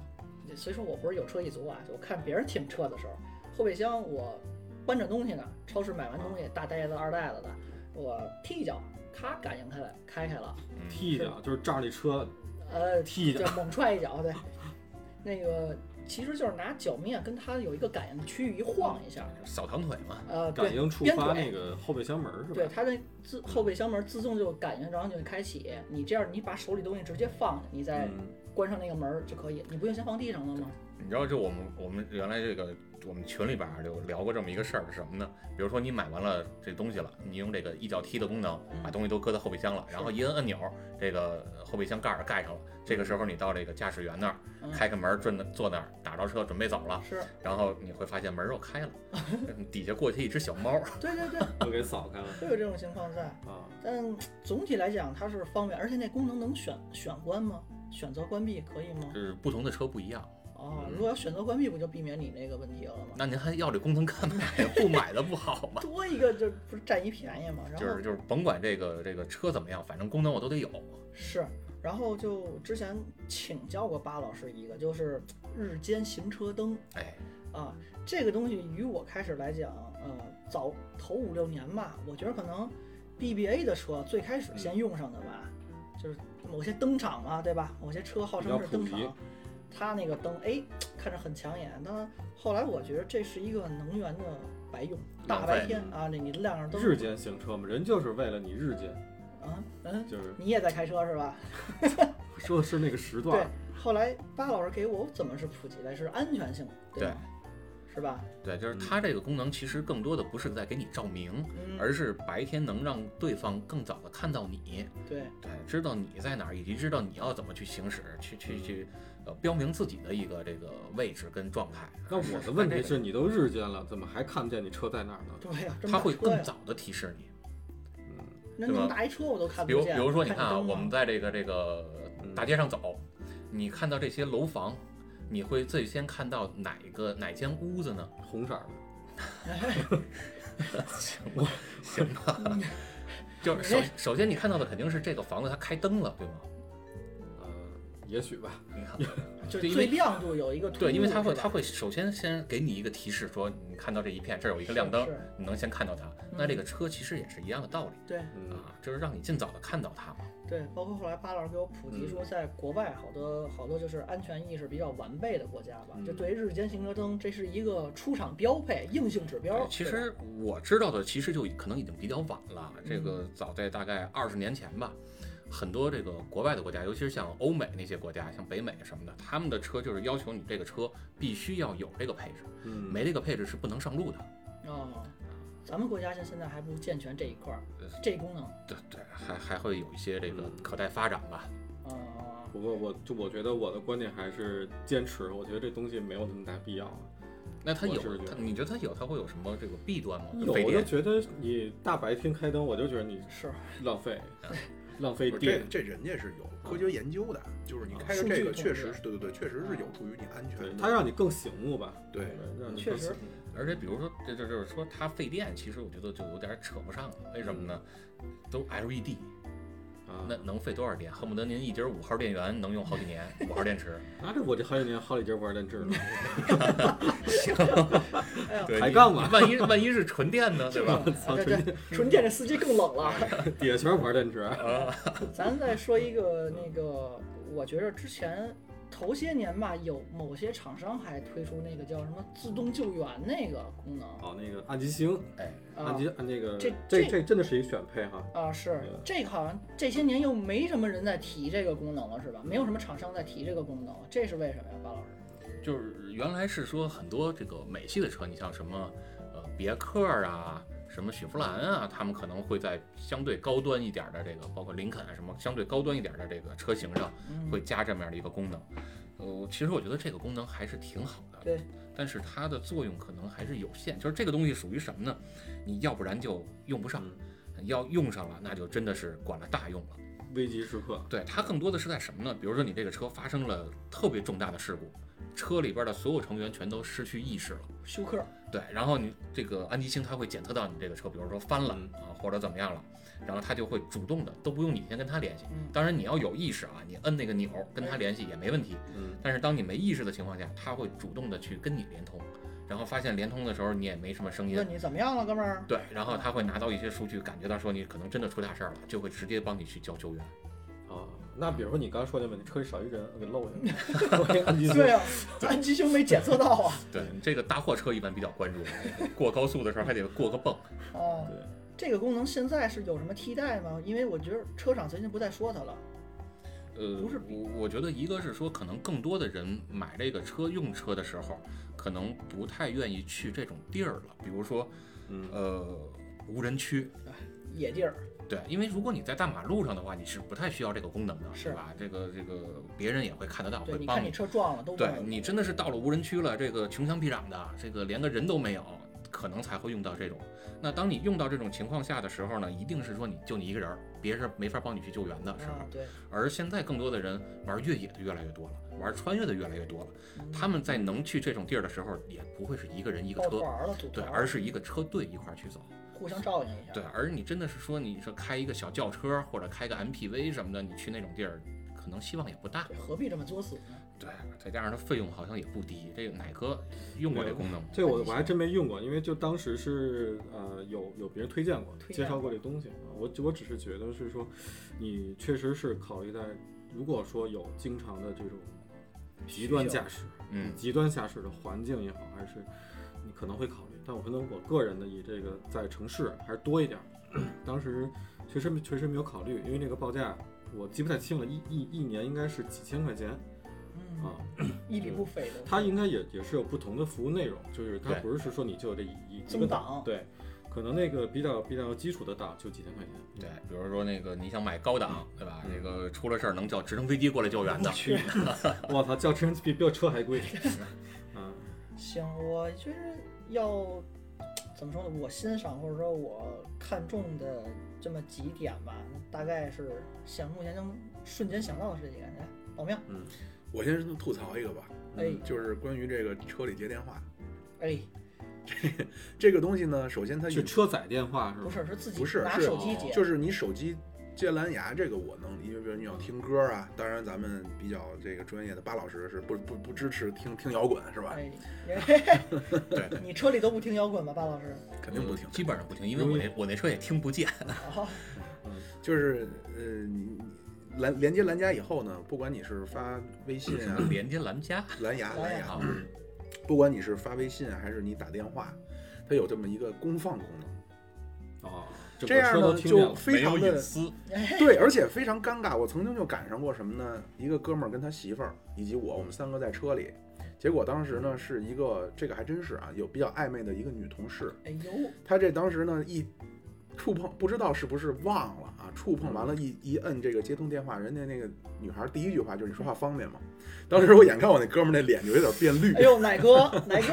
S4: 所以说我不是有车一族啊，就我看别人停车的时候，后备箱我搬着东西呢，超市买完东西大袋子二袋子的，我踢一脚，咔感应开来，开开了，
S3: 踢一脚，就是照这车
S4: 呃，
S3: 踢一脚
S4: 就猛踹一脚，对，那个其实就是拿脚面跟它有一个感应的区域一晃一下，
S1: 扫堂腿嘛，
S4: 呃，对
S3: 感，应触
S4: 边
S3: 发
S4: 腿
S3: 那个后备箱门儿是
S4: 对，
S3: 吧？
S4: 它的自后备箱门自动就感应，然后就开启。你这样，你把手里东西直接放下，你再
S3: 嗯，
S4: 关上那个门儿就可以。你不用先放地上了吗？
S1: 你知道，就我们我们原来这个我们群里边儿就聊过这么一个事儿是什么呢？比如说你买完了这东西了，你用这个一脚踢的功能
S4: 嗯
S1: 把东西都搁在后备箱了，然后一摁按钮，这个后备箱盖儿盖上了。这个时候你到这个驾驶员那儿
S4: 嗯
S1: 开开门儿，转坐那儿打着车准备走了，
S4: 是，
S1: 然后你会发现门儿又开 了，底下过去一只小猫。
S4: 对对对，
S3: 都给扫开了
S4: 会有这种情况在。
S3: 啊。
S4: 但总体来讲，它是方便，而且那功能能选选关吗？选择关闭可以吗？
S1: 就是不同的车不一样，
S4: 哦，如果要选择关闭，不就避免你那个问题了吗？
S1: 那您还要这功能干嘛呀？不买的不好吗？
S4: 多一个就不是占一便宜吗？然
S1: 就
S4: 后
S1: 是就是甭管这个这个车怎么样，反正功能我都得有。
S4: 是，然后就之前请教过巴老师一个，就是日间行车灯。
S1: 哎，
S4: 啊，这个东西于我开始来讲，呃，早头五六年吧，我觉得可能 BBA 的车最开始先用上的吧，就是某些灯厂嘛，对吧？某些车号称是灯厂
S3: 比较普，
S4: 它那个灯哎看着很抢眼，但后来我觉得这是一个能源的白用，大
S1: 浪
S4: 白
S1: 费
S4: 天啊，那你亮着灯
S3: 日间行车嘛，人就是为了你日间，
S4: 啊，嗯，
S3: 就是
S4: 你也在开车是吧？
S3: 说的是那个时段
S4: 对
S3: 儿，，
S4: 后来巴老师给我怎么是普及的？是安全性，吧？是吧？
S1: 对，
S3: 嗯
S1: 就是它这个功能其实更多的不是在给你照明，
S4: 嗯，
S1: 而是白天能让对方更早的看到你，
S4: 对，
S1: 对，知道你在哪儿，以及知道你要怎么去行驶，去去去，呃，标明自己的一个这个位置跟状态。
S3: 嗯那我的问题
S1: 这
S3: 是
S1: 个，
S3: 你都日间了，怎么还看不见你车在哪儿呢？
S4: 对呀、这
S1: 它
S4: 么大
S1: 会
S4: 车呀
S1: 更早的提示你。
S4: 那
S1: 对吧
S4: 么大一车我都看不
S1: 比如，
S4: 见。
S1: 比如说，你
S4: 看
S1: 看啊，
S4: 灯吗
S1: 我们在这个这个
S3: 嗯
S1: 大街上走，你看到这些楼房，你会最先看到哪一个哪间屋子呢？
S3: 红色儿的，
S1: 行吧，
S4: 嗯
S1: 就是首首先你看到的肯定是这个房子它开灯了，对吗？
S3: 呃，也许吧。
S1: 你看，
S4: 就
S1: 对因
S4: 最
S1: 为
S4: 亮度有一个
S1: 对，因
S3: 嗯
S1: 为它会
S4: 突兀
S1: 它会首先先给你一个提示，说你看到这一片，这儿有一个亮灯
S4: 是是，
S1: 你能先看到它。那这个车其实也是一样的道理
S4: 对吧
S3: 嗯，
S1: 啊，就是让你尽早的看到它嘛。
S4: 对对，包括后来巴老师给我普
S1: 嗯
S4: 及说，在国外好多好多就是安全意识比较完备的国家吧，
S3: 嗯
S4: 就对于日间行车灯，这是一个出厂标配、硬性指标
S1: 对。其
S4: 对吧
S1: 实我知道的，其实就可能已经比较晚了。这
S3: 嗯
S1: 个早在大概二十年前吧，很多这个国外的国家，尤其是像欧美那些国家，像北美什么的，他们的车就是要求你这个车必须要有这个配置，
S3: 嗯
S1: 没这个配置是不能上路的。
S4: 哦，咱们国家现现在还不健全这一块儿
S1: 呃，
S4: 这功能。
S1: 对对，还还会有一些这个
S3: 嗯
S1: 可待发展吧。
S4: 哦，
S3: 不过我就我觉得我的观点还是坚持，我觉得这东西没有那么大必要。啊
S1: 那它有
S3: 我是觉得
S1: 它，你觉得它有，它会有什么这个弊端吗？
S4: 嗯
S3: 有，
S1: 非
S3: 我就
S1: 典
S3: 觉得你大白天开灯，我就觉得你
S4: 是
S3: 浪 费，浪费
S2: 不是这
S3: 电。
S2: 这人家是有科学研究的，就是你开着
S4: 数
S2: 这
S4: 据
S2: 个
S4: 统
S2: 确
S4: 计
S2: 实是，对对对，确实是有助于你安全
S3: 对
S2: 的。，
S3: 它让你更醒目吧？
S2: 对，
S3: 让你
S4: 确
S3: 更
S4: 实
S3: 醒
S1: 而且比如说，这这就是说它费电，其实我觉得就有点扯不上了。为什么呢？都 LED，
S3: 目啊。
S1: 那能费多少电？恨不得您一节五号电源能用好几年，五号电池。
S3: 那这我这好几年好几节玩儿电 池了，
S4: 哎呦，
S1: 对
S3: 抬
S1: 你
S3: 杠嘛
S1: 你万一万一是纯电呢， 对吧？
S3: 操，
S4: 这
S3: 纯
S4: 这纯电这司机更冷了。
S3: 底下全是玩儿啊电池。
S4: 咱再说一个那个，我觉着之前头些年吧，有某些厂商还推出那个叫什么自动救援那个功能
S3: 哦，那个暗吉星，
S1: 哎，
S3: 暗
S4: 啊
S3: 吉那个
S4: 这这
S3: 这这真的是一选配哈。
S4: 啊是这个好像这些年又没什么人在提这个功能了是吧？没有什么厂商在提这个功能，这是为什么呀，巴老师？
S1: 就是原来是说很多这个美系的车，你像什么呃别克啊，什么雪佛兰啊，他们可能会在相对高端一点的这个，包括林肯啊什么相对高端一点的这个车型上
S4: 嗯
S1: 会加这么样的一个功能。呃，其实我觉得这个功能还是挺好的，
S4: 对，
S1: 但是它的作用可能还是有限。就是这个东西属于什么呢？你要不然就用不上，
S4: 嗯
S1: 要用上了那就真的是管了大用了。
S3: 危急时刻，
S1: 对，它更多的是在什么呢？比如说你这个车发生了特别重大的事故，车里边的所有成员全都失去意识了。
S4: 休克，
S1: 对，然后你这个安吉星它会检测到你这个车，比如说翻了
S3: 嗯
S1: 啊，或者怎么样了，然后它就会主动的，都不用你先跟它联系
S4: 嗯。
S1: 当然你要有意识啊，你摁那个钮儿跟它联系也没问题。
S3: 嗯，
S1: 但是当你没意识的情况下，它会主动的去跟你连通，然后发现连通的时候你也没什么声音
S4: 问，你怎么样了，哥们儿？
S1: 对，然后它会拿到一些数据，感觉到说你可能真的出大事儿了，就会直接帮你去叫救援。
S3: 啊，那比如说你刚才说那问题，车里少一人，我给漏下 来了，我给暗吉星
S4: 对啊，咱吉兄没检测到 啊。
S1: 对，这个大货车一般比较关注，过高速的时候还得过个泵。
S4: 哦
S3: 对，
S4: 这个功能现在是有什么替代吗？因为我觉得车厂最近不再说它了。
S1: 呃，
S4: 不是
S1: 我我觉得一个是说，可能更多的人买这个车用车的时候，可能不太愿意去这种地儿了，比如说，
S3: 嗯
S1: 呃，无人区。
S4: 野地儿，
S1: 对，因为如果你在大马路上的话，你是不太需要这个功能的，
S4: 是
S1: 吧？这个这个别人也会看得到，
S4: 对，
S1: 会
S4: 你
S1: 帮
S4: 看你车撞了都
S1: 对
S4: 问
S1: 你真的是到了无人区了，这个穷乡僻壤的，这个连个人都没有，可能才会用到这种。那当你用到这种情况下的时候呢，一定是说你就你一个人儿，别人没法帮你去救援的时候
S4: 啊。，对，
S1: 而现在更多的人玩越野的越来越多了，玩穿越的越来越多了。
S4: 嗯
S1: 他们在能去这种地儿的时候，也不会是一个人一个
S4: 抱
S1: 车，
S4: 团儿了，组
S1: 对，
S4: 团
S1: 而
S4: 儿，
S1: 是一个车队一块儿去走。
S4: 互相照应一下。
S1: 对，而你真的是说，你说开一个小轿车或者开个 MPV 什么的，你去那种地儿，可能希望也不大。
S4: 对，何必这么作死呢？
S1: 对，再加上它费用好像也不低。这个奶哥用过这功能吗？
S3: 这我我还真没用过，因为就当时是呃有有别人推荐过，
S4: 推荐
S3: 介绍过这东西，啊我我只是觉得是说，你确实是考虑在如果说有经常的这种极端驾驶，
S1: 嗯
S3: 极端驾驶的环境也好，还是你可能会考虑，但我可能我个人的以这个在城市还是多一点儿，当时。确实确实没有考虑，因为那个报价我记不太清了，一一一年应该是几千块钱
S4: 嗯，
S3: 啊。
S4: 一笔不菲的。
S3: 它应该也也是有不同的服务内容，就是它
S1: 对
S3: 不是是说你就有这一一一个
S4: 增档
S3: 对，可能那个比较比较基础的档就几千块钱。
S1: 对，比如说那个你想买高档，对吧？这个出了事儿能叫直升飞机过来救援的，
S3: 我操，叫车比比我车 还贵。嗯，
S4: 行，我觉得要怎么说呢？我欣赏或者说我看中的这么几点吧，大概是想目前能瞬间想到的是几个。来，老庙，
S2: 我先吐槽一个吧，
S1: 嗯
S4: 哎
S2: 就是关于这个车里接电话
S4: 哎，
S2: 这个东西呢，首先它
S3: 是
S2: 隐
S3: 车载电话是
S1: 嗯
S4: 不
S3: 吗？
S4: 是，是自己
S2: 不是
S4: 拿
S2: 是
S1: 哦
S4: 手机接，
S2: 就是你手机接蓝牙这个我能，因为比如你要听歌啊，当然咱们比较这个专业的巴老师是不不不支持听听摇滚是吧？
S4: 哎，你车里都不听摇滚吧，巴老 师？
S2: 肯定不听
S1: 嗯。基本上不听，因为我那我那车也听不见。，
S4: 啊，
S2: 就是呃，你你蓝连接蓝牙以后呢，不管你是发微信啊
S1: 连接蓝家
S2: 蓝牙蓝牙
S1: 啊，，
S2: 不管你是发微信啊还是你打电话，它有这么一个公放功能。
S3: 哦，整
S2: 这
S3: 个
S2: 样
S3: 车都
S2: 呢
S3: 听见
S2: 就
S3: 了。
S2: 非
S1: 没有
S2: 常
S1: 隐
S2: 的
S1: 私，
S2: 对，而且非常尴尬。我曾经就赶上过什么呢？一个哥们儿跟他媳妇儿以及我，我们三个在车里。结果当时呢是一个这个还真是啊，有比较暧昧的一个女同事，
S4: 哎呦，
S2: 她这当时呢一触碰，不知道是不是忘了啊，触碰完了一，一摁这个接通电话，人家那个女孩第一句话就是你说话方便吗？当时我眼看我那哥们儿那脸就有点变绿
S4: 哎，呦，奶哥，奶哥，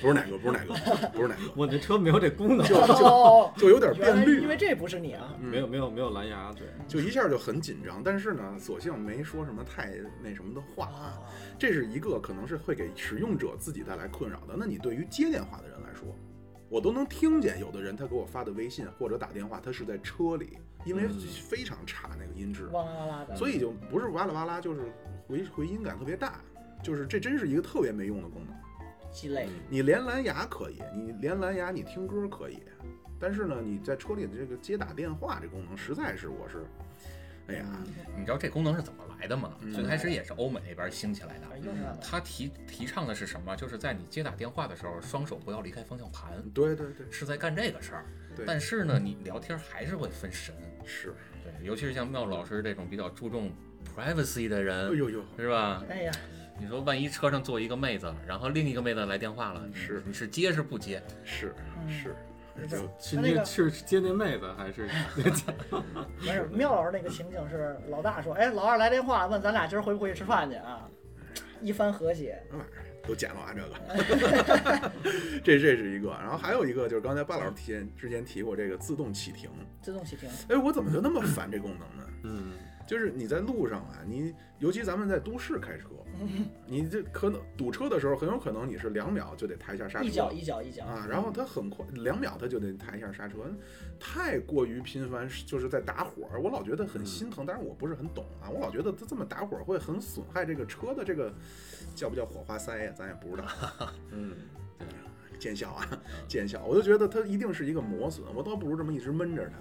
S2: 不是哪个，不是哪个，不是哪个，
S3: 我那车没有这功能，
S4: 哦，
S2: 就有点
S4: 原来
S2: 变绿，
S4: 因为这不是你啊，
S2: 嗯
S3: 没有没有没有蓝牙，对，
S2: 就一下就很紧张。但是呢，索性没说什么太那什么的话啊。
S4: 啊，
S2: 这是一个可能是会给使用者自己带来困扰的。那你对于接电话的人来说，我都能听见有的人他给我发的微信或者打电话，他是在车里，因为
S3: 嗯
S2: 非常差那个音质，
S4: 哇啦啦的，
S2: 所以就不是哇啦哇啦，就是回回音感特别大。就是这真是一个特别没用的功能。
S4: 鸡肋，
S2: 你连蓝牙可以，你连蓝牙你听歌可以，但是呢，你在车里的这个接打电话这功能，实在是我是，哎呀，
S1: 你知道这功能是怎么来的吗？
S2: 嗯
S1: 最开始也是欧美那边兴起来的。
S4: 哎，又是他
S1: 他提提倡的是什么？就是在你接打电话的时候，双手不要离开方向盘，
S2: 嗯对对对，
S1: 是在干这个事儿
S2: 对。
S1: 但是呢，你聊天还是会分神，
S2: 是，
S1: 对，尤其是像妙老师这种比较注重 privacy 的
S2: 哎
S1: 人，
S2: 呦呦，
S1: 是吧？
S4: 哎呀，
S1: 你说万一车上坐一个妹子，然后另一个妹子来电话了，你
S2: 是
S1: 你是接是不接？
S2: 是
S4: 嗯
S2: 是，哎
S4: 这
S3: 是
S4: 他那
S3: 那
S4: 个
S3: 是接那妹子还是？
S4: 没事，妙老师那个情景是老大说：“哎，老二来电话问咱俩今儿回不回去吃饭去啊？”一番和谐，
S2: 都捡了啊，这个， 这这是一个，然后还有一个就是刚才巴老师提前之前提过这个自动启停，
S4: 自动启停。
S2: 哎，我怎么就那么烦这功能呢？
S3: 嗯，
S2: 就是你在路上啊，你尤其咱们在都市 开车，你这可能堵车的时候，很有可能你是两秒就得抬一下刹
S4: 一脚
S2: 车
S4: 一脚一脚，
S2: 啊，然后它很快两秒它就得抬一下刹车，太过于频繁，就是在打火儿，我老觉得很心疼，但是我不是很懂啊，我老觉得它这么打火儿会很损害这个车的这个叫不叫火花塞呀、咱也不知道。
S3: 嗯，
S2: 见效啊，见效！我就觉得它一定是一个磨损，我倒不如这么一直闷着它。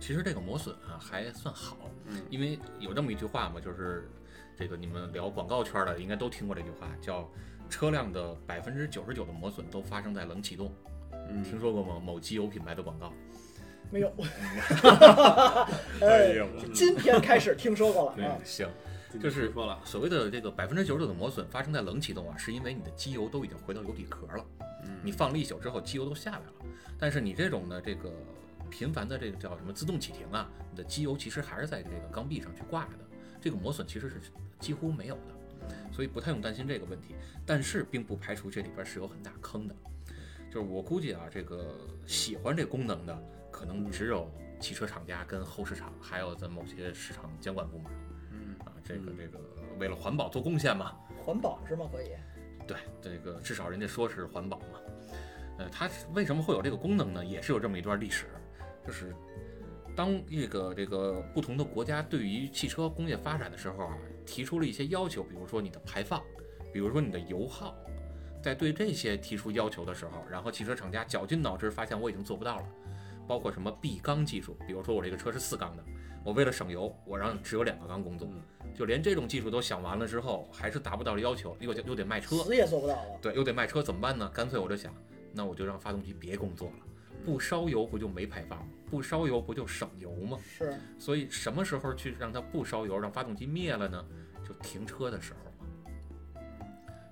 S1: 其实这个磨损啊还算好，
S2: 嗯
S1: 因为有这么一句话嘛，就是这个你们聊广告圈的应该都听过这句话，叫车辆的百分之九十九的磨损都发生在冷启动。听
S2: 嗯，
S1: 说过吗？某机油品牌的广告，
S4: 没有。哎，今天开始听说过了啊！
S1: 行，
S3: 就
S1: 就是是
S3: 说了，
S1: 所谓的这个百分之九十九的磨损发生在冷启动啊，是因为你的机油都已经回到油底壳了，你放了一宿之后机油都下来了，但是你这种呢，这个频繁的这个叫什么自动启停啊，你的机油其实还是在这个缸壁上去挂着的，这个磨损其实是几乎没有的，所以不太用担心这个问题，但是并不排除这里边是有很大坑的，就是我估计啊，这个喜欢这功能的可能只有汽车厂家跟后市场，还有咱某些市场监管部门。啊，这个这个为了环保做贡献嘛，
S4: 环保是吗？可以。
S1: 对，这个至少人家说是环保嘛。呃，它是为什么会有这个功能呢？也是有这么一段历史，就是当这个这个不同的国家对于汽车工业发展的时候啊，提出了一些要求，比如说你的排放，比如说你的油耗，在对这些提出要求的时候，然后汽车厂家绞尽脑汁发现我已经做不到了，包括什么闭缸技术，比如说我这个车是四缸的，我为了省油，我让只有两个缸工作，就连这种技术都想完了之后，还是达不到要求，又得又得卖车，
S4: 死也做不到了。
S1: 对，又得卖车怎么办呢？干脆我就想，那我就让发动机别工作了，不烧油不就没排放吗？不烧油不就省油吗？
S4: 是
S1: 所以什么时候去让它不烧油，让发动机灭了呢？就停车的时候嘛，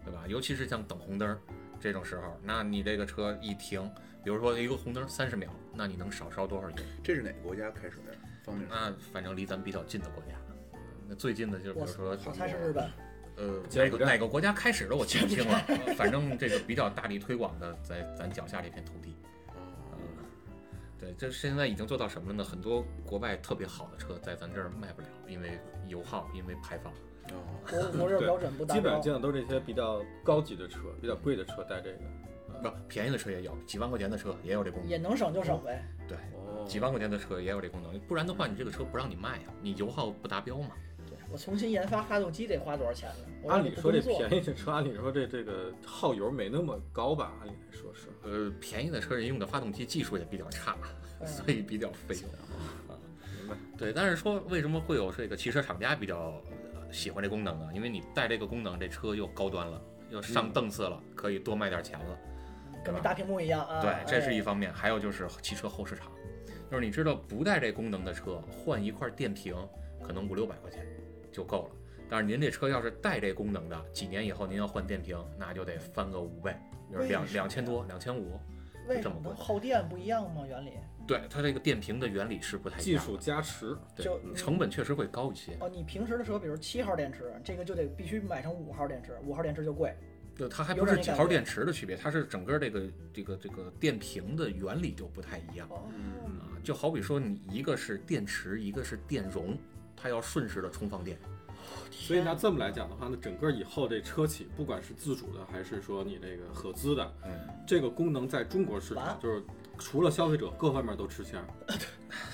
S1: 对吧？尤其是像等红灯儿这种时候，那你这个车一停，比如说一个红灯三十秒，那你能少烧多少油？
S2: 这是哪个国家开始的？方便说
S1: 那反正离咱们比较近的国家，那最近的就是比
S4: 我
S1: 如说
S4: 我猜是 日本，
S1: 呃，哪
S3: 柬埔
S1: 个
S3: 寨
S1: 哪个国家开始的我记不清了， 反正这个比较大力推广的，在咱脚下这片土地。嗯对，这现在已经做到什么了呢？很多国外特别好的车在咱这儿卖不了，因为油耗，因为排放。
S2: 哦，
S4: 国国这标准不达
S3: 基本
S4: 标
S3: 上。见的都是这些比较高级的车、比较贵的车带这个。
S1: 不，便宜的车也有，几万块钱的车嗯也有这功
S4: 也
S1: 能。
S4: 能省就省呗，
S1: 对，
S3: 哦
S1: 几万块钱的车也有这功能，不然的话，你这个车不让你卖呀、啊你油耗不达标嘛。
S4: 对我重新研发发动机得花多少钱呢？我
S3: 按理说这
S4: 不工作
S3: 便宜的车，按理说这这个耗油没那么高吧？按理来说是。
S1: 呃，便宜的车人用的发动机技术也比较差，
S4: 嗯
S1: 所以比较费油。
S3: 明白。
S1: 对，但是说为什么会有这个汽车厂家比较呃喜欢这功能呢？因为你带这个功能，这车又高端了，又上档次了，可以多卖点钱了。
S4: 跟那大屏幕一样啊。
S1: 对，这是一
S4: 哎
S1: 方面。还有就是汽车后市场，就是你知道不带这功能的车，换一块电瓶可能五六百块钱就够了。但是您这车要是带这功能的，几年以后您要换电瓶，那就得翻个五倍，就是
S4: 为
S1: 两
S4: 什么呀
S1: 两千多、两千五。
S4: 为
S1: 这
S4: 什
S1: 么
S4: 么
S1: 贵
S4: 耗电不一样吗？原理
S1: 对，它这个电瓶的原理是不太一
S3: 技
S1: 样
S3: 术
S1: 的，
S3: 加持，
S1: 对嗯
S4: 就，
S1: 成本确实会高一些。
S4: 哦，你平时的车，比如七号电池，这个就得必须买成五号电池，五号电池就贵。
S1: 对，它还
S4: 有
S1: 不是
S4: 点那
S1: 几
S4: 感
S1: 号
S4: 觉
S1: 电池的区别，它是整个这个这个这个电瓶的原理就不太一样
S4: 哦，
S2: 嗯
S1: 啊。就好比说你一个是电池，一个是电容，它要瞬时的充放电。
S3: 所以那这么来讲的话，那整个以后这车企，不管是自主的还是说你这个合资的，
S1: 嗯，
S3: 这个功能在中国市
S4: 完
S3: 场就是除了消费者，各方面都吃香。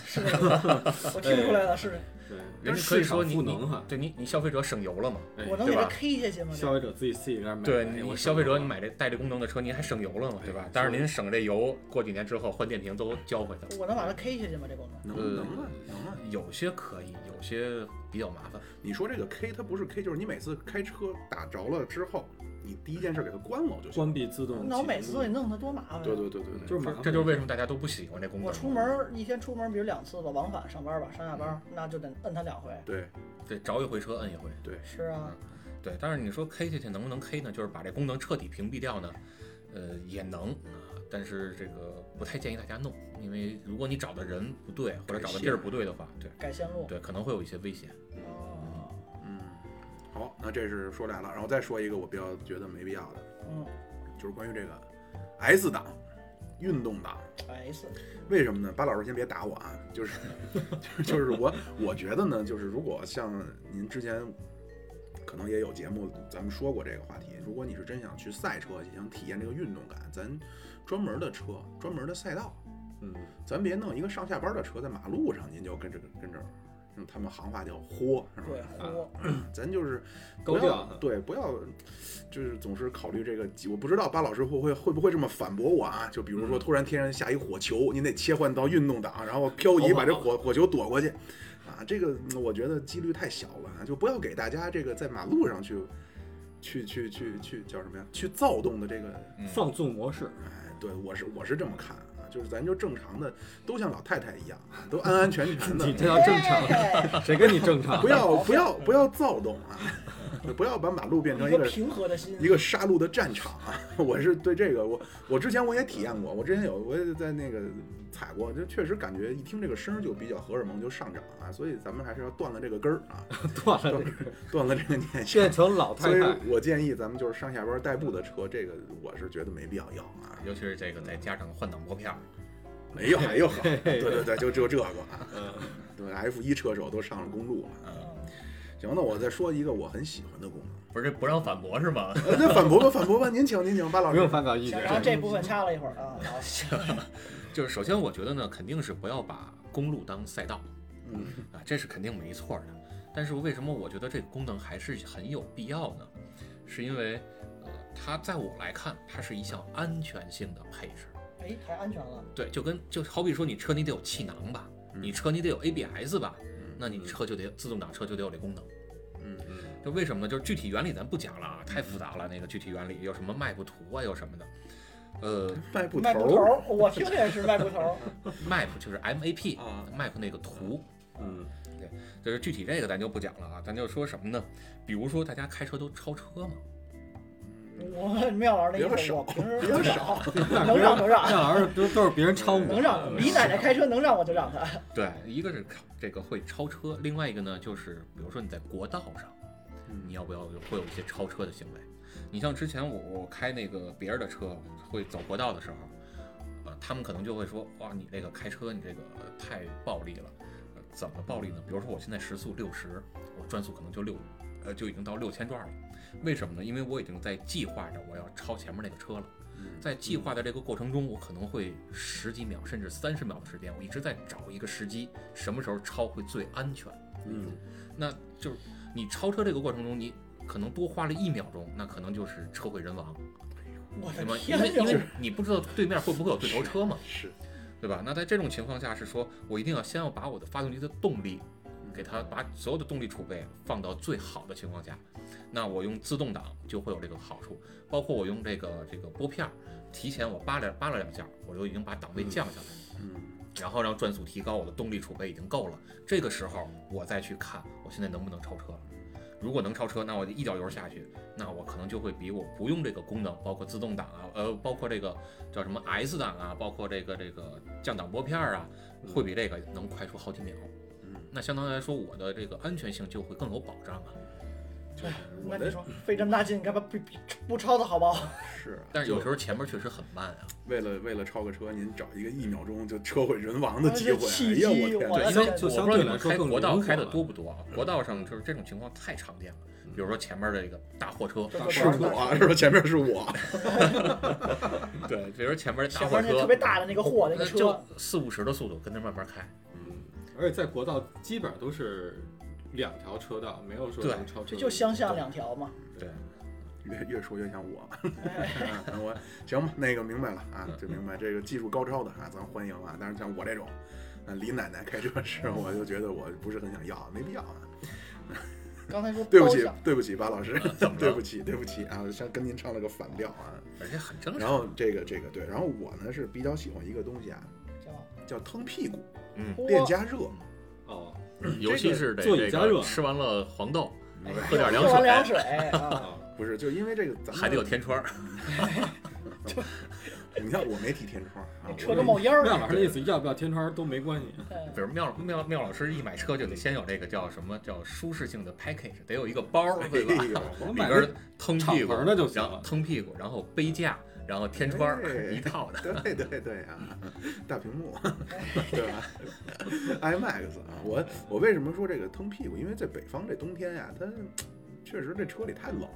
S4: 是这个吧， 我听出来了，是
S3: 对，
S1: 人家可
S3: 市
S1: 以说
S3: 场
S1: 你
S3: 赋
S1: 你
S3: 能哈，
S1: 对你你消费者省油了嘛？
S3: 哎
S4: 我能给它
S1: 对吧
S4: K 下去吗？
S3: 消费者自己自己在那儿买。
S1: 对
S3: 哎
S1: 你
S3: 我
S1: 消费者，
S3: 省
S1: 你
S3: 了
S1: 买这带这功能的车，您还省油了嘛？对吧
S3: 哎？
S1: 但是
S3: 是
S1: 您省这油，过几年之后换电瓶都交回去了。
S4: 我能把它 K 下去吗？这功
S2: 能
S4: 能？
S1: 呃
S2: 能啊能啊！
S1: 有些可以，有些比较麻烦。
S2: 你说这个 K 它不是 K，就是你每次开车打着了之后，你第一件事给它关了就行。
S3: 关闭自动启
S4: 那我
S3: 动，
S4: 每次都得弄它，多麻烦呀。啊
S2: 对对对对对，
S3: 就是麻
S1: 这
S3: 烦
S1: 这就是为什么大家都不喜欢这功能。
S4: 我出门儿一天出门，比如两次吧，往返上班吧，上下班儿，那就得摁它两回。
S2: 对
S1: 对着一回车摁一回。
S4: 是啊，
S1: 对，但是你说 K 下去能不能 K 呢？就是把这功能彻底屏蔽掉呢？呃，也能啊，但是这个不太建议大家弄，因为如果你找的人不对，哦或者找的地儿不对的话，对
S4: 改线路。
S1: 对，可能会有一些危险。
S4: 哦，
S2: 嗯，好，那这是说俩了，然后再说一个我比较觉得没必要的，
S4: 嗯
S2: 就是关于这个 S 档运动档。
S4: ，S，
S2: 为什么呢？巴老师先别打我啊，就是 就是我我觉得呢，就是如果像您之前可能也有节目咱们说过这个话题，如果你是真想去赛车，想体验这个运动感，咱专门的车，专门的赛道，
S3: 嗯，
S2: 咱别弄一个上下班的车在马路上，您就跟这个跟这儿用他们行话叫豁，是吧？
S4: 对，豁，
S2: 咱就是不
S3: 高
S2: 要
S3: 调哈
S2: 对，不要就是总是考虑这个极。我不知道巴老师会不会会不会这么反驳我啊？就比如
S3: 嗯
S2: 说突然天上下一火球，您得切换到运动档，然后漂移把这火火球躲过去，啊，这个嗯我觉得几率太小了啊，就不要给大家这个在马路上去去去去去叫什么呀？去躁动的这个
S1: 嗯
S3: 放纵模 式，
S2: 哎，对我是我是这么看啊，就是咱就正常的，都像老太太一样啊，都安安全全的。
S3: 你这叫正常，
S4: 哎
S3: 谁跟你正常？
S2: 不要不要不要躁动啊！ 不要把马路变成
S4: 一
S2: 一
S4: 个
S2: 个
S4: 平和的心，
S2: 一个杀戮的战场啊！ 我是对这个，我我之前我也体验过，我之前有我也在那个踩过，就确实感觉一听这个声儿就比较荷尔蒙就上涨啊，所以咱们还是要断了这个根儿啊，
S3: 断了这个，
S2: 断了这个念
S3: 变
S2: 想。
S3: 成老
S2: 所
S3: 太
S2: 以
S3: 太。
S2: 我建议咱们就是上下班代步的车，这个我是觉得没必要要啊。
S1: 尤其是这个再加上换挡拨片儿，
S2: 哎呦哎呦好，对对对，就就这个啊，
S3: 嗯
S2: 对 F 一车手都上了公路了。
S4: 啊
S1: 嗯，
S2: 行，那我再说一个我很喜欢的功能。
S1: 不是这不让反驳是吗？
S2: 呃那反驳 吧，反驳吧，您请您请，巴老
S3: 不
S2: 师。
S3: 用发表意
S4: 行
S3: 见，
S4: 然后这部分掐了一会儿啊，好，
S1: 就是首先我觉得呢，肯定是不要把公路当赛道
S2: 嗯
S1: 啊，这是肯定没错的。但是为什么我觉得这个功能还是很有必要呢？是因为，呃，它在我来看，它是一项安全性的配置。
S4: 哎，还安全了，
S1: 对，就跟就好比说你车你得有气囊吧，
S2: 嗯
S1: 你车你得有 ABS 吧，
S2: 嗯
S1: 那你车就得自动挡车就得有这功能。
S2: 嗯嗯
S1: 就为什么呢？就是具体原理咱不讲了啊，太复杂了，那个具体原理有什么卖布图啊，有什么的。呃
S2: 迈步
S4: 卖
S2: 头
S4: 布头
S2: 儿
S4: 儿，我听着也是卖布头儿。
S1: ，map 就是 map，map、
S3: 啊，
S1: 那个图，
S3: 嗯
S2: 啊
S1: 就是具体这个咱就不讲了啊，咱就说什么呢？比如说大家开车都超车嘛，
S4: 我妙老师
S2: 别
S4: 那意
S2: 少
S4: 思，我平时
S2: 别
S4: 很
S2: 少
S4: 少，，
S3: 那
S4: 能让能让
S3: 那老师都都是别人超我，
S4: 能让
S3: 嗯
S4: 李奶奶开车能让我就让她。
S1: 对，一个是这个会超车，另外一个呢就是比如说你在国道上，你要不要有会有一些超车的行为？你像之前我我开那个别人的车会走国道的时候，呃，他们可能就会说哇你这个开车你这个呃太暴力了，呃怎么暴力呢？比如说我现在时速六十，我转速可能就六，呃就已经到六千转了，为什么呢？因为我已经在计划着我要超前面那个车了。在计划的这个过程中，我可能会十几秒甚至三十秒的时间，我一直在找一个时机，什么时候超会最安全。
S3: 嗯，
S1: 那就是你超车这个过程中，你可能多花了一秒钟，那可能就是车毁人亡，
S4: 我
S1: 对
S4: 的
S1: 吗？因
S4: 天
S1: 为因为
S4: 呀！
S1: 你不知道对面会不会有对头车嘛，
S2: 是
S1: 对吧？那在这种情况下是说，我一定要先要把我的发动机的动力，给它把所有的动力储备放到最好的情况下，那我用自动挡就会有这个好处。包括我用这个这个拨片儿，提前我扒拉扒拉两下，我就已经把档位降下来了，
S2: 嗯，
S1: 然后让转速提高，我的动力储备已经够了。这个时候我再去看我现在能不能超车了。如果能超车，那我就一脚油下去，那我可能就会比我不用这个功能，包括自动挡啊，呃，包括这个叫什么 S 档啊，包括这个这个降档拨片儿啊，
S3: 嗯
S1: 会比这个能快出好几秒。
S2: 嗯，
S1: 那相当来说，我的这个安全性就会更有保障啊。
S2: 就是
S4: 哎那
S2: 我
S4: 你
S2: 的
S4: 说费这么大劲，干嘛不不不超它好不好？
S2: 是，
S1: 但是有时
S2: 候
S1: 候前面确实很慢啊，
S2: 为了为了超个车，您找一个一秒钟就车毁人亡的机会，
S4: 啊
S2: 哎
S4: 这
S2: 呀，
S4: 契机
S2: 我天
S4: 我
S2: 哪，
S1: 对，
S4: 的
S1: 因为
S4: 天
S3: 就
S1: 我
S3: 相
S1: 不知道
S3: 对
S1: 你
S3: 来
S1: 们
S3: 说
S1: 开
S3: 更
S1: 国道
S3: 灵活
S1: 开的
S3: 了嗯
S1: 多不多啊？国道上就是这种情况太常见了，比如说前面的一个大货车，
S4: 这
S3: 大
S4: 都
S2: 是
S3: 车
S4: 多
S2: 我啊是吧？前面是我，
S1: 对，比如说前面的大
S4: 前
S1: 货
S4: 面那
S1: 车
S4: 特，别大的那个货那
S1: 那
S4: 个
S1: 就
S4: 车，
S1: 四五十的速度跟它慢慢开，
S3: 嗯，而且在国道基本上都是两条车道，没有说
S1: 对
S3: 能超车
S4: 这
S3: 的，
S4: 就相像两条嘛。
S1: 对。
S2: 越越说越像我。
S4: 哎，
S2: 嗯我行吧，那个明白了啊，
S4: 嗯
S2: 就明白这个技术高超的啊，咱欢迎啊。但是像我这种，呃，李奶奶开车
S4: 嗯
S2: 是，我就觉得我不是很想要，没必要啊。
S4: 刚才说
S2: 对不
S4: 包
S2: 起
S4: 厢，，
S2: 对不起，巴老师，
S1: 啊怎么 了
S2: 对不起，对不起啊，像跟您唱了个反调啊。
S1: 而且很正
S2: 然
S1: 常。
S2: 后这个这个对，然后我呢是比较喜欢一个东西啊，
S4: 行吧
S2: 叫腾屁股，
S1: 嗯，
S2: 电加热。
S3: 哦，
S1: 尤其是得
S3: 座椅
S1: 这
S3: 加热
S1: 个吃完了黄豆，
S4: 哎
S1: 喝点凉
S4: 喝完
S1: 水，
S4: 凉水啊，
S3: 哦
S2: 不是，就因为这个咱们
S1: 还得有天窗。
S2: 你看我没提天窗啊
S4: 那，车
S2: 我
S4: 都冒烟
S3: 妙
S4: 儿。
S3: 老师的意思，要不要天窗都没关系。
S4: 哎
S1: 比如妙妙妙老师一买车就得先有这个叫什么叫舒适性的 package，得有一个包儿，对吧？
S2: 哎呦
S3: 我
S1: 里
S3: 买
S1: 边
S3: 个
S1: 儿腾屁股
S3: 敞篷的就行
S1: 然
S3: 了
S1: 后腾屁股，然后杯架，然后天窗
S2: 哎
S1: 一套的。
S2: 对对对啊，大屏幕，对吧？IMAX 啊，我我为什么说这个腾屁股？因为在北方这冬天呀、它确实这车里太冷了。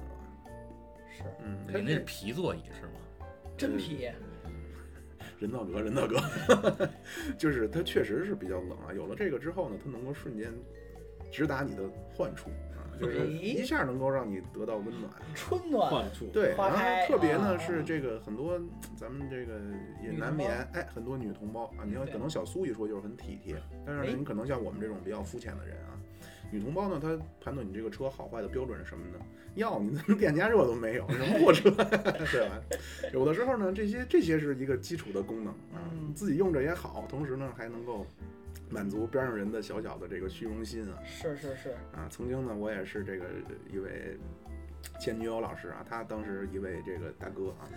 S4: 是
S2: 嗯，它
S3: 哎
S1: 你那是
S2: 这
S1: 皮座椅是吗？
S4: 真皮，
S2: 人造革，人造革， 就是它确实是比较冷啊。有了这个之后呢，它能够瞬间直达你的患处啊，就是一下能够让你得到温暖。
S4: 春暖
S3: 换处，
S2: 对，
S4: 花
S2: 然后
S4: 开
S2: 特别
S4: 啊
S2: 呢是这个很多咱们这个也
S4: 女
S2: 难
S4: 同
S2: 免哎，很多女同胞啊，你要可能小苏一说就是很体贴，但是
S4: 哎
S2: 呢，你可能像我们这种比较肤浅的人啊，女同胞呢，她判断你这个车好坏的标准是什么呢？要你 怎么电加热都没有，什么破车， 对吧？有的时候呢，这些这些是一个基础的功能啊，
S4: 嗯
S2: 自己用着也好，同时呢还能够满足边上人的小小的这个虚荣心啊。
S4: 是是是，
S2: 啊，曾经呢，我也是这个一位前女友老师啊，他当时一位这个大哥啊，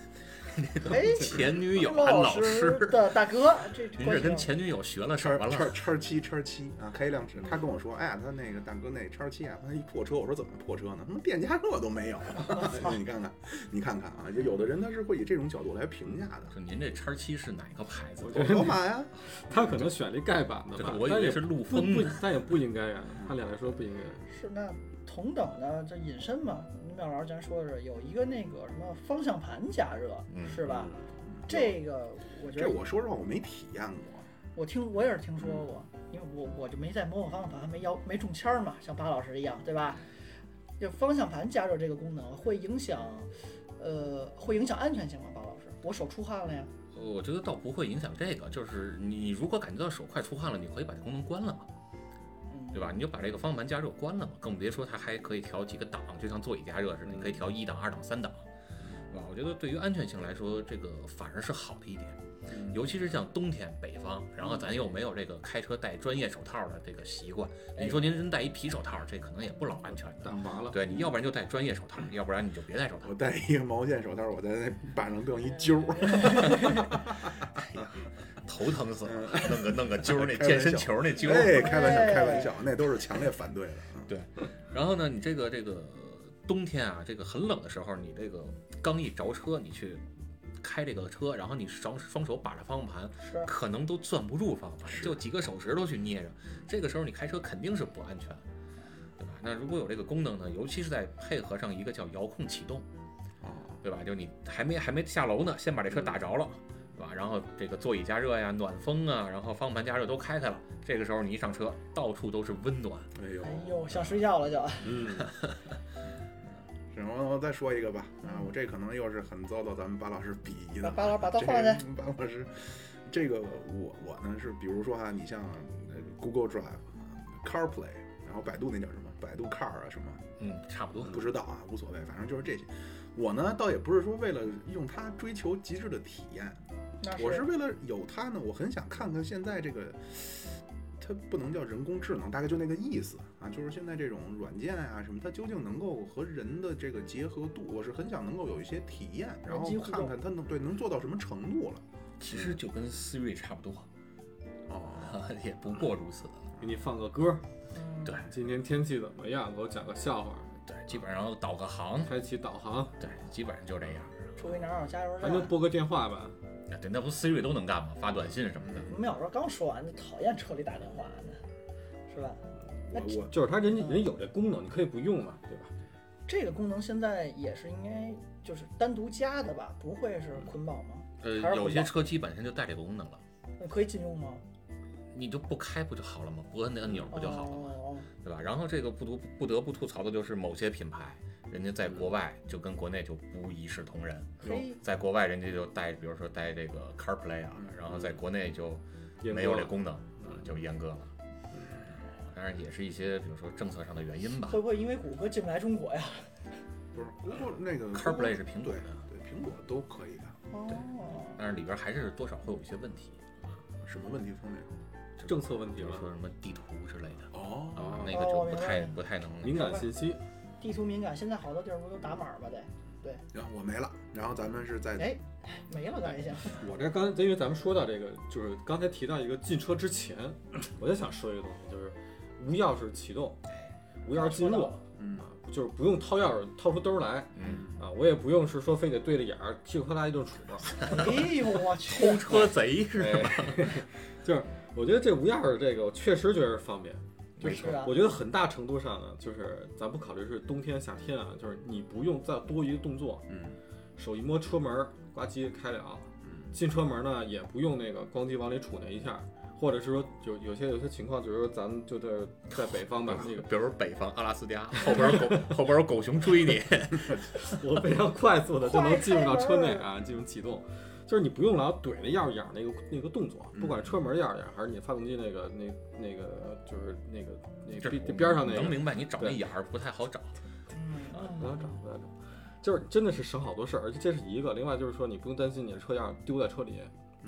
S4: 哎，
S1: 前女友
S4: 陆
S1: 还老
S4: 师
S1: 师，
S4: 的大哥，这
S1: 您
S4: 关
S1: 这
S4: 系
S1: 跟前女友学了什
S2: 叉
S1: 么
S2: 叉
S1: 了？
S2: 叉七叉七啊，开一辆车，他跟我说，哎呀，他那个大哥那叉七啊，他一破车，我说怎么破车呢？他妈电加热都 没有，你看看，你看看啊，就有的人他是会以这种角度来评价的。
S1: 说您这叉七是哪个牌子
S3: 我觉
S1: 的？
S3: 得
S2: 宝马呀，
S3: 他可能选了一盖板的
S1: 对
S3: 吧，
S1: 我以
S3: 但也
S1: 为是陆
S3: 不
S1: 风
S3: 不
S1: 呢。，
S3: 但也不应该呀、按理来说不应该。
S4: 是那同等的这引申嘛，妙老师咱说的是有一个那个什么方向盘加热，
S1: 嗯
S4: 是吧？
S2: 有
S4: 这个我觉
S2: 这
S4: 得
S2: 我说实话我没体验过，
S4: 我听我也是听说过，因为我我就没在摸过方向盘，没摇没中签儿嘛，像巴老师一样，对吧？就方向盘加热这个功能会影响，呃，会影响安全性吗？巴老师，我手出汗了呀，
S1: 呃我觉得倒不会影响这个，就是你如果感觉到手快出汗了，你可以把这功能关了嘛，
S4: 嗯，
S1: 对吧？？你就把这个方向盘加热关了嘛，更别说它还可以调几个档，就像座椅加热似的，你可以调一档、二档、三档，对吧？我觉得对于安全性来说，这个反而是好的一点。尤其是像冬天北方，然后咱又没有这个开车戴专业手套的这个习惯，你说您真戴一皮手套，这可能也不老安全的。
S3: 挡拔了。
S1: 对，你要不然就戴专业手套，要不然你就别戴手套
S2: 我。戴一个毛线手套，我在那把上弄一揪儿，
S1: 头疼死了， 弄个弄个揪儿那
S2: 开玩笑
S1: 健身球儿那揪儿。
S2: 哎，开玩
S4: 哎
S2: 笑，开玩笑，那都是强烈反对的。嗯
S1: 然后呢，你这个这个冬天啊，这个很冷的时候，你这个刚一着车，你去开这个车，然后你双双手把着方向盘，
S4: 是
S1: 可能都攥不住方向盘，就几个手指头去捏着，这个时候你开车肯定是不安全，对吧？那如果有这个功能呢，尤其是在配合上一个叫遥控启动，
S2: 哦，
S1: 对吧？就你还没还没下楼呢，先把这车打着了， 对吧？然后这个座椅加热呀、暖风啊，然后方向盘加热都开开了，这个时候你一上车，到处都是温暖。
S2: 哎呦
S4: 哎，呦，想睡觉了就。
S2: 嗯，然后再说一个吧，啊，我这可能又是很遭到咱们巴老师鄙夷的啊。
S4: 把巴老把它
S2: 这
S4: 放
S2: 个
S4: 下。
S2: 巴老师，这个我我呢是，比如说哈、你像呃 Google Drive、CarPlay，然后百度那叫什么，百度 Car 啊什么，
S1: 嗯，差不多。
S2: 不知道啊，无所谓，反正就是这些。我呢倒也不是说为了用它追求极致的体验，
S4: 那
S2: 我是为了有它呢，我很想看看现在这个，它不能叫人工智能，大概就那个意思啊，就是现在这种软件啊什么，它究竟能够和人的这个结合度，我是很想能够有一些体验，然
S4: 人
S2: 后
S4: 机互
S2: 看
S4: 动
S2: 看它能对能做到什么程度了。
S1: 其实就跟 Siri 差不多，
S2: 哦，
S1: 也不过如此。
S3: 给你放个歌儿，
S1: 对
S3: 今天天气怎么样？给我讲个笑话，
S1: 对，基本上导个航，
S3: 开启导航，
S1: 对，基本上就这样。
S4: 除非哪儿有加油
S3: 咱就
S4: 站。
S3: 拨个电话吧。
S1: 啊对，那不 Siri 都能干吗？发短信什么的。
S4: 你们小时候刚说完，就讨厌车里打电话呢，是吧？那
S2: 我我
S3: 就是它人人有这功能，你可以不用嘛，对吧？
S4: 这个功能现在也是应该就是单独加的吧？不会是捆绑吗？
S1: 呃
S4: 还，是
S1: 有
S4: 不
S1: 些
S4: 行
S1: 车机本身就带这个功能了，
S4: 那可以禁用吗？
S1: 你就不开不就好了吗？不摁那按钮不就好了吗？
S4: 哦
S1: 对吧？然后这个不得不得不吐槽的就是某些品牌，人家在国外就跟国内就不一视同仁，
S4: 嘿，
S1: 在国外人家就带，比如说带这个 CarPlay 啊
S2: 嗯，
S1: 然后在国内就
S3: 也
S1: 没有这功能啊
S3: 嗯，
S1: 就阉割了。当然也是一些比如说政策上的原因吧
S4: 会。不会因为谷歌进不来中国呀？
S2: 不是 Google 那个
S1: CarPlay 是苹果
S2: 对
S1: 的，
S2: 对苹果都可以的，
S4: 哦，
S1: 但是里边还是多少会有一些问题，
S2: 什么问题方面？
S1: 就是
S3: 政策问
S1: 比
S3: 题
S1: 如
S3: 了，
S1: 说什么地图之类的
S2: 哦
S1: 啊，那
S4: 哦
S1: 个就
S4: 明
S1: 不
S4: 白
S1: 太
S4: 了
S1: 不太能
S3: 敏感信息。
S4: 地图敏感，现在好多地儿不都打码儿吧？得
S2: 然后我没了，然后咱们是在
S4: 哎没 了，感觉像
S3: 我这刚，因为咱们说到这个，就是刚才提到一个进车之前，我就想说一个东西，就是无钥匙启动，无钥匙进入，
S2: 嗯
S3: 啊，就是不用掏钥匙掏出兜来
S1: 嗯，
S3: 啊，我也不用是说非得对着眼儿噼里啪啦一顿杵，
S4: 哎呦我去
S1: 偷，车贼是
S3: 哎
S1: 吧？
S3: 就是我觉得这无钥匙这个，我确实觉得是方便。
S1: 没
S4: 是啊
S3: 我，觉得很大程度上呢，就是咱不考虑是冬天夏天啊，就是你不用再多余的动作，
S2: 嗯
S3: 手一摸车门儿，呱唧开了，
S2: 嗯
S3: 进车门呢也不用那个咣叽往里杵那一下，或者是说有有些有些情况，就是说咱们就在在北 方吧，那个
S1: 比如北方阿拉斯加，后边有狗，后边有狗熊追你，
S3: 我非常快速的就能进入到车内啊，进行启动。就是你不用老怼那钥匙眼儿那个那个动作，
S2: 嗯
S3: 不管是车门钥匙眼儿还是你发动机那个那那个就是那个那
S1: 这
S3: 个 边边上那个
S1: 能明白你找那眼儿不太好找，
S3: 不要
S4: 嗯，
S3: 找，不要找，就是真的是省好多事儿，而且这是一个，另外就是说你不用担心你的车钥匙丢在车里，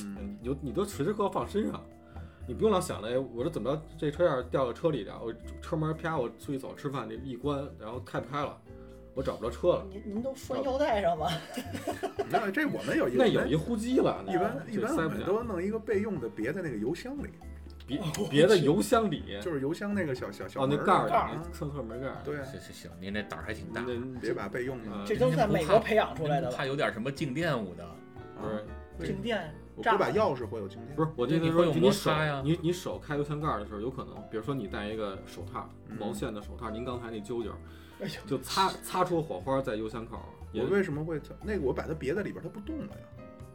S2: 嗯，
S3: 你就你都随时可以放身上，你不用老想着哎，我这怎么着这车钥匙掉到车里了，我车门啪我出去走吃饭这一关，然后开不开了，我找不着车了，
S4: 嗯您您都拴腰带上吗？
S2: 那这我们有一个
S3: 那有一呼机了，那
S2: 一般一
S3: 这
S2: 般
S3: 塞
S2: 我
S3: 不
S2: 们
S3: 下
S2: 都弄一个备用的，别在那个邮箱里，
S3: 别别的邮箱里，
S2: 就是邮箱那个小小小
S3: 哦那
S2: 门儿
S3: 盖儿
S2: 那
S3: 那
S2: 儿
S3: 厕所门盖儿，
S2: 对啊，
S1: 行行行，您这胆儿还挺大，
S3: 那
S2: 别把备用的，啊
S1: 呃
S3: 嗯
S4: 这都是在美国培养出来的吧？
S1: 怕有点什么静电舞的，
S2: 啊
S3: 不是。
S4: 静电
S2: 我
S4: 炸
S2: 估把钥匙会有静电，
S3: 不是，我的意思
S1: 你
S3: 是
S1: 会
S3: 说
S1: 有
S3: 你
S1: 摩
S3: 手
S1: 擦呀
S3: 你你手开油箱盖儿的时候，有可能，比如说你戴一个手套，毛线的手套，您刚才那揪揪，
S4: 哎呦
S3: 就擦擦出火花在油箱口儿，也
S2: 我为什么会那个我把它别在里边，它不动了呀？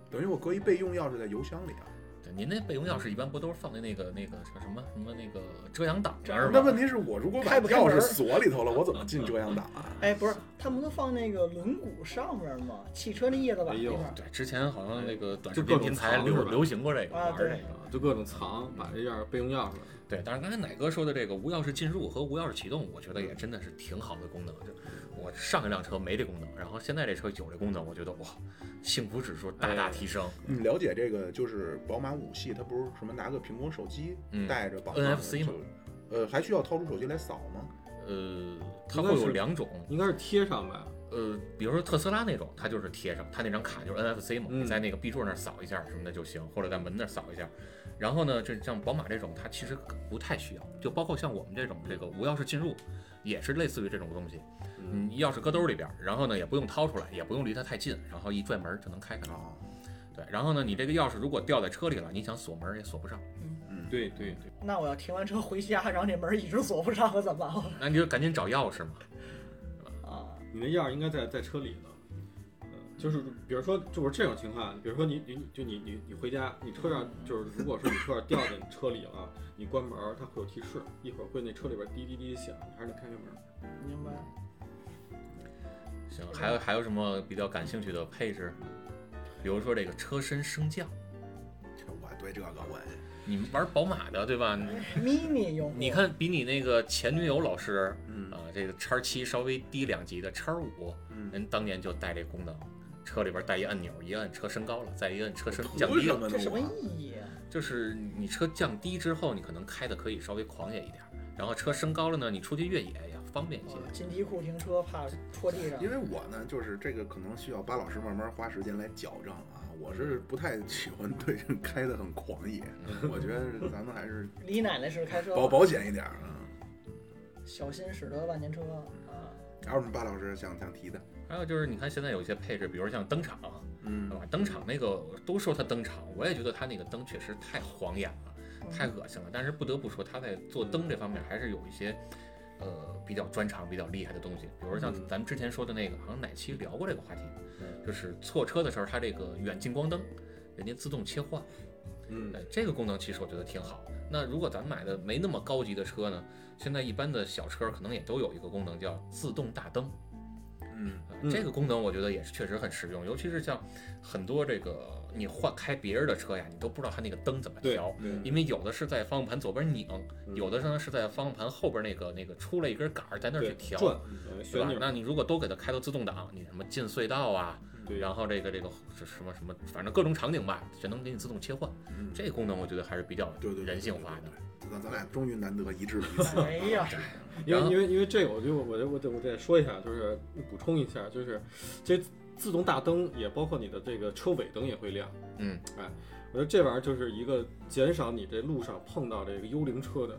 S2: 等于我搁一备用钥匙在邮箱里啊。
S1: 对，您那备用钥匙一般不都是放在那个那个叫什么什么那个遮阳挡那儿
S2: 那问
S1: 吗？
S2: 题是我如果把
S4: 开不开
S2: 钥匙
S4: 门
S2: 锁里头了，我怎么进遮阳挡啊？
S4: 哎，不是，他们都放那个轮毂上面吗？汽车那叶子板那块儿。
S1: 哎对，之前好像那个短视
S3: 就各
S1: 频
S3: 种
S1: 平台
S3: 藏是
S1: 流
S3: 吧
S1: 流行过这个
S4: 啊
S1: 玩儿
S4: 对
S1: 这个。
S3: 就各种藏，把这样备用钥匙。
S1: 对，但是刚才奶哥说的这个无钥匙进入和无钥匙启动，我觉得
S3: 嗯
S1: 也真的是挺好的功能。就我上一辆车没这功能，然后现在这车有这功能，我觉得哇，幸福指数大大提
S3: 哎
S1: 升。
S2: 你了解这个就是宝马五系，它不是什么拿个苹果手机
S1: 嗯
S2: 带着宝马的
S1: NFC 嘛
S2: 就呃，还需要掏出手机来扫吗？
S1: 呃，它
S3: 应该
S1: 会有
S3: 是
S1: 两种，
S3: 应该是贴上吧，
S1: 呃，比如说特斯拉那种，它就是贴上，它那张卡就是 NFC 嘛，
S3: 嗯
S1: 你在那个壁柱那儿扫一下什么的就行，或者在门那儿扫一下。然后呢，这像宝马这种，它其实不太需要，就包括像我们这种这个无钥匙进入，也是类似于这种东西，
S3: 嗯，
S1: 你钥匙搁兜里边儿，然后呢也不用掏出来，也不用离它太近，然后一拽门儿就能开开了。
S2: 啊，
S1: 对，然后呢，你这个钥匙如果掉在车里了，你想锁门儿也锁不上，
S2: 嗯，
S3: 对对对，
S4: 那我要停完车回家，然后这门儿一直锁不上，我怎么办
S1: 那你就赶紧找钥匙嘛。
S4: 啊？
S3: 你那钥匙应该在在车里呢。呃就是比如说，就是这种情况，比如说你你就你你你回家，你车上就是如果是你车上掉在你车里了，你关门儿它会有提示，一会儿会那车里边滴滴滴响，你还是得开开门儿。
S4: 明白。
S1: 行，还有还有什么比较感兴趣的配置？比如说这个车身升降，
S2: 我对这个我
S1: 你们玩宝马的对吧？
S4: mini 用户，
S1: 你看，比你那个前女友老师
S2: 嗯
S1: 啊、这个叉七稍微低两级的叉五，
S2: 嗯，
S1: 人当年就带这功能，车里边带一按钮，一按车升高了，再一按车身降
S2: 为
S1: 低
S2: 什
S1: 了，
S2: 么呢？
S4: 这什么
S2: 我
S4: 意义啊？
S1: 就是你车降低之后，你可能开的可以稍微狂野一点儿，然后车升高了呢，你出去越野也方便一些。
S4: 哦进地库停车怕戳地上
S2: 因，为我呢，就是这个可能需要巴老师慢慢花时间来矫正啊。我是不太喜欢对人开的很狂野，我觉得咱们还是
S4: 李奶奶是开车吧，
S2: 保保险一点儿啊。
S4: 小心驶得万年车啊！
S2: 还有什么巴老师想想提的？
S1: 还有就是，你看现在有一些配置，比如像灯场，
S2: 嗯
S1: 对吧？灯场那个都说它灯场，我也觉得它那个灯确实太晃眼了。
S4: 嗯
S1: 太恶心了。但是不得不说，他在做灯这方面还是有一些，呃，比较专长、比较厉害的东西。比如像咱们之前说的那个，好像哪期聊过这个话题，就是错车的时候，它这个远近光灯，人家自动切换，
S3: 嗯
S1: 呃，这个功能其实我觉得挺好。那如果咱买的没那么高级的车呢，现在一般的小车可能也都有一个功能叫自动大灯。
S2: 嗯
S1: 啊
S3: 嗯
S1: 这个功能我觉得也是确实很实用，尤其是像很多这个你换开别人的车呀，你都不知道它那个灯怎么
S3: 对嗯
S1: 调，
S3: 对
S1: 因为有的是在方向盘左边拧，有的呢是在方向盘后边那个那个出了一根杆儿在那儿去
S3: 对，
S1: 调，
S3: 转呃
S1: 对
S3: 旋
S1: 吧
S3: 钮？儿，
S1: 那你如果都给它开到自动挡，你什么进隧道啊，
S3: 对，
S1: 然后这个这个是什么什么，反正各种场景吧，全能给你自动切换，
S2: 嗯，
S1: 这个功能我觉得还是比较
S2: 对对
S1: 人性化的。。
S2: 咱咱俩终于难得一致了一次。
S4: 哎呀，
S3: 因为
S1: 然后
S3: 因为因为这个，我就我就我得我得说一下，就是补充一下，就是这自动大灯也包括你的这个车尾灯也会亮。
S1: 嗯，
S3: 哎，我觉得这玩意儿就是一个减少你这路上碰到这个幽灵车的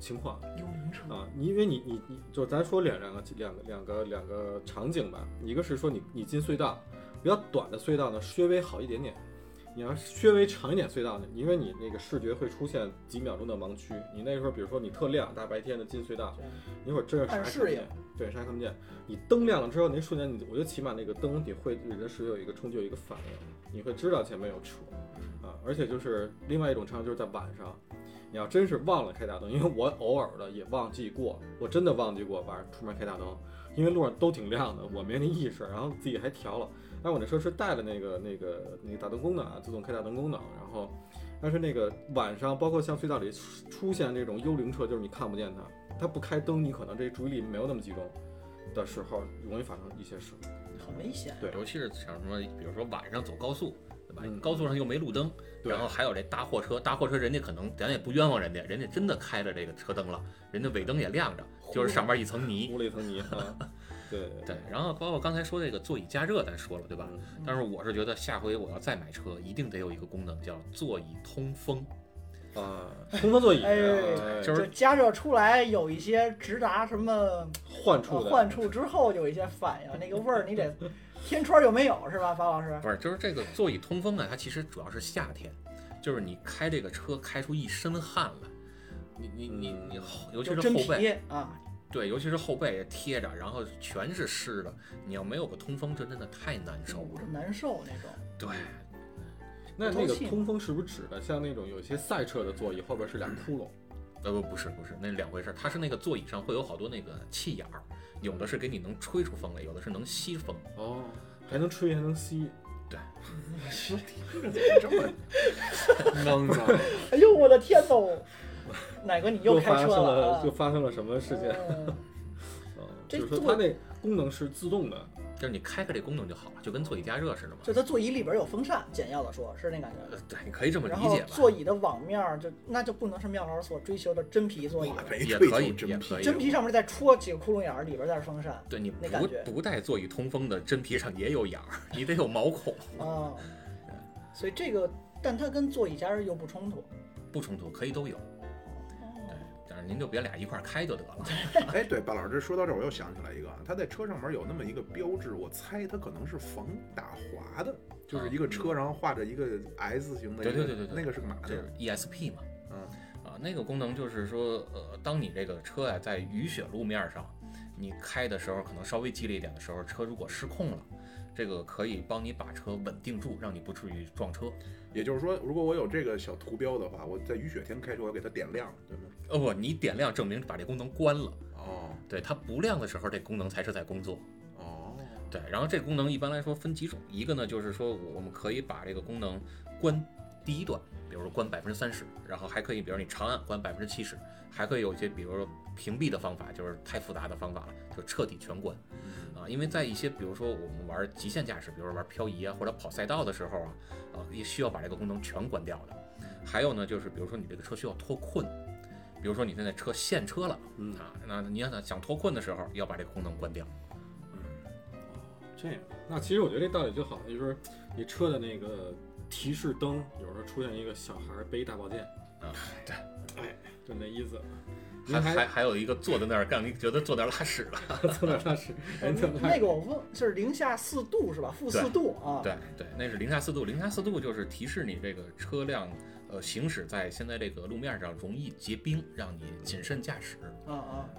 S3: 情况
S4: 幽灵车
S3: 啊。你因为你你你就咱说两两个两个两个两个场景吧，一个是说你你进隧道，比较短的隧道呢，稍微好一点点。你要稍微长一点隧道呢，因为你那个视觉会出现几秒钟的盲区。你那时候，比如说你特亮，大白天的进隧道，一会儿真是啥也
S4: 暗
S3: 看
S4: 示
S3: 不见
S4: 也，
S3: 对，啥也看不见。你灯亮了之后，那瞬间你，我觉得起码那个灯你会对人的视觉有一个冲击，有一个反应，你会知道前面有车啊。而且就是另外一种场景就是在晚上，你要真是忘了开大灯，因为我偶尔的也忘记过，我真的忘记过晚上出门开大灯，因为路上都挺亮的，我没那意识，然后自己还调了。但我那车是带了那个那个那个大灯功能啊，自动开大灯功能，然后。但是那个晚上，包括像隧道里出出现这种幽灵车，就是你看不见它，它不开灯，你可能这注意力没有那么集中的时候，容易发生一些事故。
S4: 很危险。
S3: 对
S1: 尤其是像什么，比如说晚上走高速，对吧？
S3: 嗯
S1: 高速上又没路灯，
S3: 对
S1: 然后还有这搭货车，搭货车人家可能咱也不冤枉人家，人家真的开了这个车灯了，人家尾灯也亮着，就是上面一层泥。
S3: 糊了一层 泥啊，对，
S1: 对，然后包括刚才说这个座椅加热，咱说了对吧？
S4: 嗯
S1: 但是我是觉得下回我要再买车，一定得有一个功能叫座椅通风。
S3: 啊，通风座椅
S4: 哎
S3: 啊
S1: 就是
S4: 就加热出来有一些直达什么
S3: 患
S4: 呃
S3: 处的
S4: 患处之后有一些反应，那个味儿你得天窗有没有是吧，法 老师？
S1: 不是，就是这个座椅通风啊，它其实主要是夏天，就是你开这个车开出一身汗来，你你你你后，尤其
S4: 就是真
S1: 后
S4: 皮
S1: 背，
S4: 啊，
S1: 对，尤其是后背也贴着，然后全是 湿的，你要没有个通风，这真的太难受了。嗯
S4: 难受那种。
S1: 对，
S3: 那
S4: 透
S3: 那个
S4: 气嘛
S3: 通风是不是指的像那种有些赛车的座椅后边是俩窟 窿？
S1: 呃不不是不是，那是两回事儿。它是那个座椅上会有好多那个气眼儿，有的是给你能吹出风来，有的是能吸风。
S3: 哦，还能吹还能吸，
S2: 这么
S3: 弄的，
S4: 哎呦我的天都，奶哥你又开
S3: 发
S4: 车
S3: 生
S4: 了啊
S3: 又！发生了什么事件？
S4: 嗯
S3: 嗯，
S4: 这
S3: 就是说它
S4: 座
S3: 那功能是自动的，
S1: 就是你开开这功能就好了，就跟座椅加热似的嘛。
S4: 就它座椅里边有风扇，简要的说，是那感
S1: 呃
S4: 觉。
S1: 对，你可以这么
S4: 然
S1: 理
S4: 后
S1: 解吧。
S4: 座椅的网面儿就那就不能是妙老师所追求的真皮座椅
S2: 我
S4: 了，
S2: 没
S1: 也
S2: 追
S1: 可以
S2: 求真
S1: 也
S2: 皮
S1: 可，以
S4: 真皮上面再戳几个窟窿眼儿，里边再是风扇啊
S1: 对你
S4: 那感
S1: 不
S4: 觉
S1: 不带座椅通风的真皮上也有眼儿，你得有毛孔，。
S4: 哦所以这个，但它跟座椅加热又不冲突。
S1: 不冲突可以都有。对，但是您就别俩一块儿开就得了。
S2: 哎，对，巴老师这说到这儿，我又想起来一个，它在车上面有那么一个标志，我猜它可能是防打滑的，就是一个车然后画着一个 S 型的一个，
S1: 啊嗯对对对对对
S2: 那个是干嘛
S1: 这
S2: 的？
S1: 是 ESP 嘛？
S2: 嗯，
S1: 啊，那个功能就是说，呃，当你这个车呀、在雨雪路面上，你开的时候可能稍微激烈一点的时候，车如果失控了，这个可以帮你把车稳定住，让你不至于撞车。
S2: 也就是说，如果我有这个小图标的话，我在雨雪天开车，我给它点亮，对吗？
S1: 哦不，你点亮证明把这功能关了，
S2: 哦
S1: 对它不亮的时候，这功能才是在工作。
S2: 哦，
S1: 对，然后这功能一般来说分几种，一个呢就是说我们可以把这个功能关第一段，比如说关百分之三十，然后还可以，比如你长按关百分之七十，还可以有一些比如说屏蔽的方法，就是太复杂的方法了，就彻底全关啊。因为在一些比如说我们玩极限驾驶，比如说玩漂移啊或者跑赛道的时候啊，啊也需要把这个功能全关掉的。还有呢就是比如说你这个车需要脱困。比如说你现在车陷车了
S3: 嗯
S1: 啊，那你要想脱困的时候，要把这个功能关掉。
S3: 这样，那其实我觉得这道理就好，就是你车的那个提示灯，有时候出现一个小孩儿背一大宝剑，
S1: 啊，
S3: 对，哎，就那意思。
S1: 还
S3: 您
S1: 还
S3: 还
S1: 还有一个坐在那儿干，你觉得坐那儿拉屎了？
S3: 坐那儿拉屎，人坐 那
S4: 那
S3: 儿
S4: 个我问，就是零下四度是吧？负四
S1: 对
S4: 度啊。
S1: 对对，那是零下四度，零下四度就是提示你这个车辆呃行驶在现在这个路面上容易结冰，让你谨慎驾驶。
S4: 啊啊，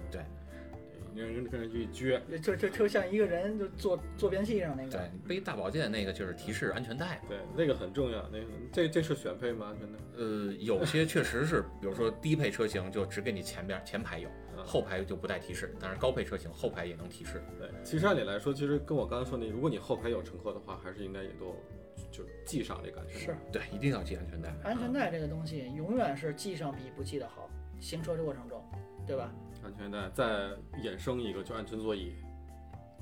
S3: 你让人跟人去撅，
S4: 就就就像一个人就坐坐便器上那个
S1: 对，你背大宝剑那个就是提示安全带嘛。
S3: 对，那个很重要。那个这这是选配吗？安全带？
S1: 呃，有些确实是，比如说低配车型就只给你前边前排有，
S3: 啊
S1: 后排就不带提示，但是高配车型后排也能提示。
S3: 对，其实按理来说，其实跟我刚才说那，如果你后排有乘客的话，还是应该也都就是系上这个安全带。
S4: 是
S1: 对，一定要系安全带。
S4: 安全
S1: 啊
S4: 带这个东西，永远是系上比不系的好。行车过程中，对吧？
S3: 安全带，再衍生一个就安全座椅，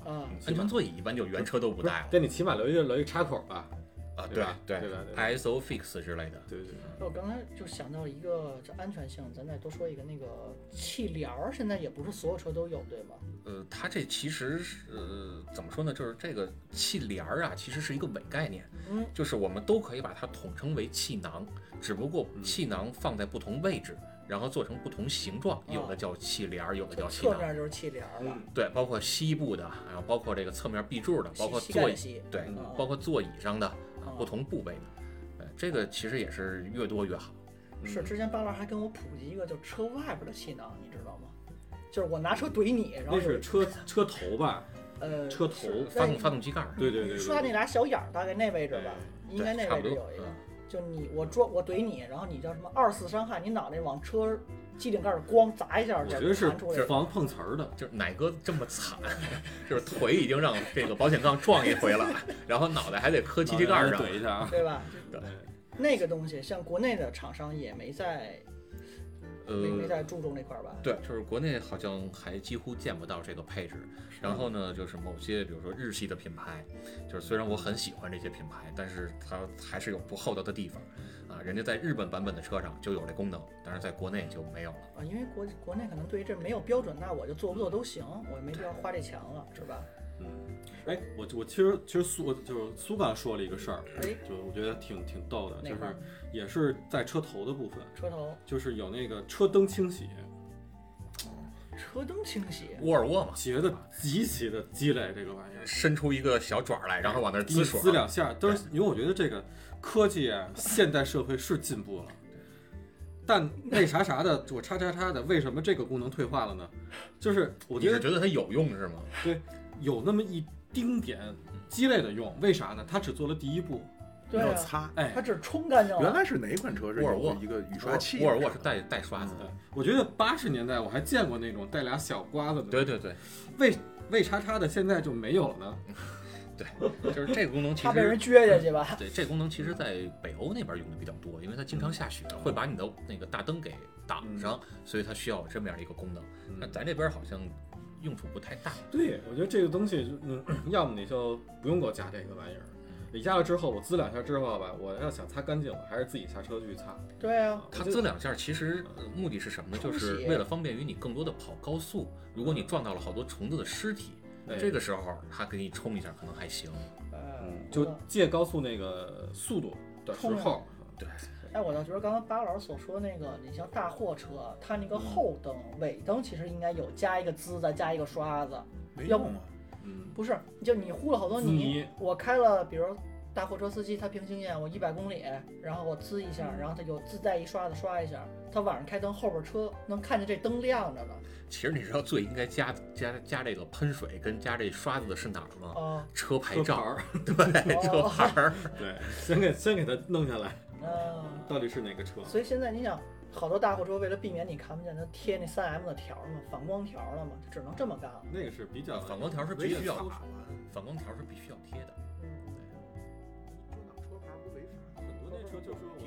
S4: 啊，
S1: 安全座椅一般就原车都不带了
S3: 但你起码留一个留一个插口吧。
S1: 啊。
S3: 对
S1: 对
S3: 吧对吧对吧
S1: ISO Fix 之类的。
S3: 对对对，
S4: 我刚才就想到一个，这安全性，咱再多说一个，那个气帘儿现在也不是所有车都有，对吗？
S1: 呃，它这其实是呃怎么说呢？就是这个气帘儿啊，其实是一个伪概念，
S4: 嗯，
S1: 就是我们都可以把它统称为气囊，只不
S4: 嗯
S1: 过气囊放在不同位置，然后做成不同形状，有的叫气帘儿，有的叫气
S4: 侧
S1: 囊。
S4: 哦面就是气帘儿了，
S1: 对，包括膝部的，啊然后包括这个侧面壁柱的，嗯包括
S4: 膝膝盖
S1: 座
S4: 的哦
S1: 椅，
S4: 膝，
S1: 对
S3: 嗯，
S1: 包括座椅上的
S4: 啊
S1: 不同部位的，呃，这个其实也是越多越好。
S4: 是，
S1: 嗯
S4: 之前巴老师还跟我普及一个，就车外边的气囊，你知道吗？就是我拿车怼你，然后
S3: 那是
S4: 有
S3: 车车头吧？
S4: 呃
S3: 车头
S4: 是
S1: 发
S4: 那
S1: 动发动机盖儿，
S3: 对对对对。
S4: 说他那俩小眼儿，大概那位置吧，
S1: 对，
S4: 应该那
S1: 差
S4: 位
S1: 不
S4: 置
S1: 多
S4: 有一个
S1: 嗯。
S4: 就你我撞我怼你，然后你叫什么二次伤害，你脑袋往车机顶盖儿咣砸一下，
S3: 我
S4: 这
S3: 觉得是
S4: 弹出来
S3: 是防碰瓷儿的，
S1: 就是奶哥这么惨，就是腿已经让这个保险杠撞一回了，然后脑袋还得磕鸡皮盖儿上。
S3: 怼一 下啊。
S4: 对吧？
S1: 对
S4: 那个东西，像国内的厂商也没在没没
S1: 呃，
S4: 在注重这块儿吧？
S1: 对，就是国内好像还几乎见不到这个配置。然后呢，就是某些比如说日系的品牌，就是虽然我很喜欢这些品牌，但是它还是有不厚道的地方啊。人家在日本版本的车上就有这功能，但是在国内就没有了。
S4: 啊，因为国国内可能对于这没有标准，那我就做不做都行，我没必要花这钱了，是吧？
S3: 嗯，哎，我我其实其实苏就是苏刚说了一个事儿，
S4: 哎，
S3: 就我觉得挺挺逗的，
S4: 哪
S3: 就
S4: 块
S3: 是
S4: 儿
S3: 也是在车头的部分，
S4: 车头
S3: 就是有那个车灯清洗，
S4: 车灯清洗，
S1: 沃尔沃嘛，
S3: 觉得极其的鸡肋这个玩意儿，
S1: 伸出一个小爪儿来，然后往那儿
S3: 滋
S1: 滋水。
S3: 滋两下儿，都是因为我觉得这个科技啊，现代社会是进步了。但那啥啥的，我叉叉叉的，为什么这个功能退化了呢？就是我
S1: 你
S3: 觉得
S1: 是觉得它有用是吗？
S3: 有那么一丁点鸡肋的用，为啥呢？他只做了第一步，
S2: 没
S4: 对
S2: 有
S4: 啊，
S2: 擦。
S3: 哎
S4: 它，只冲干净了。
S2: 原来是哪一款车是
S1: 沃尔
S2: 有
S1: 沃
S2: 一个雨
S1: 沃
S2: 刷
S1: 尔
S2: 器？
S1: 沃尔沃是带带刷子
S3: 对
S1: 的，，
S3: 我觉得八十年代我还见过那种带俩小瓜子的，
S1: 对对对
S3: 为为叉叉的现在就没有了呢。
S1: 对，就是这个功能其
S4: 怕被人
S1: 实。
S4: 撅下去吧？
S1: 对这功能，其实在北欧那边用的比较多，因为它经常下雪，会把你的那个大灯给挡上，
S3: 嗯
S1: 所以它需要这么样的一个功能。那咱这边好像用处不太大。
S3: 对，我觉得这个东西就，嗯， 要么你就不用给我加这个玩意儿，你加了之后，我滋两下之后吧，我要想擦干净，我还是自己下车去擦。
S4: 对啊，
S1: 它
S3: 我就
S1: 滋两下，其实呃目的是什么呢？
S4: 冲
S1: 就
S4: 洗
S1: 是为了方便于你更多的跑高速。如
S3: 嗯
S1: 果你撞到了好多虫子的尸体，
S3: 哎
S1: 这个时候它给你冲一下可能还行。
S4: 呃，
S3: 嗯就借高速那个速度的时
S1: 啊
S3: 候，
S1: 对，
S4: 哎，我倒觉得刚刚巴老师所说那个，你像大货车，啊它那个后灯、尾灯其实应该有加一个滋，再加一个刷子。
S2: 没
S4: 要
S2: 用啊，
S3: 嗯，
S4: 不是，就你糊了好多
S3: 滋
S4: 泥
S3: 泥。
S4: 我开了，比如大货车司机，他凭经验，我一百公里，然后我滋一下，然后他有自带一刷子刷一下。他晚上开灯，后边车能看见这灯亮着呢。
S1: 其实你知道最应该加加加这个喷水跟加这刷子的是哪儿吗？
S4: 啊、
S1: 车牌
S3: 哦车牌
S1: 照，
S3: 儿， 哦
S1: 对，车牌儿。
S3: 对，先给先给它弄下来，
S4: 嗯、呃
S3: 到底是哪个车？
S4: 所以现在你想，好多大货车为了避免你看不见，它贴那三 M 的条儿嘛，反光条儿了嘛，就只能这么干了。
S3: 那个是比较
S1: 反光条是
S2: 没
S1: 必须要
S2: 法
S1: 打，反光条是必须要贴的。
S4: 嗯
S2: 车牌不违法。
S3: 很多那车就是我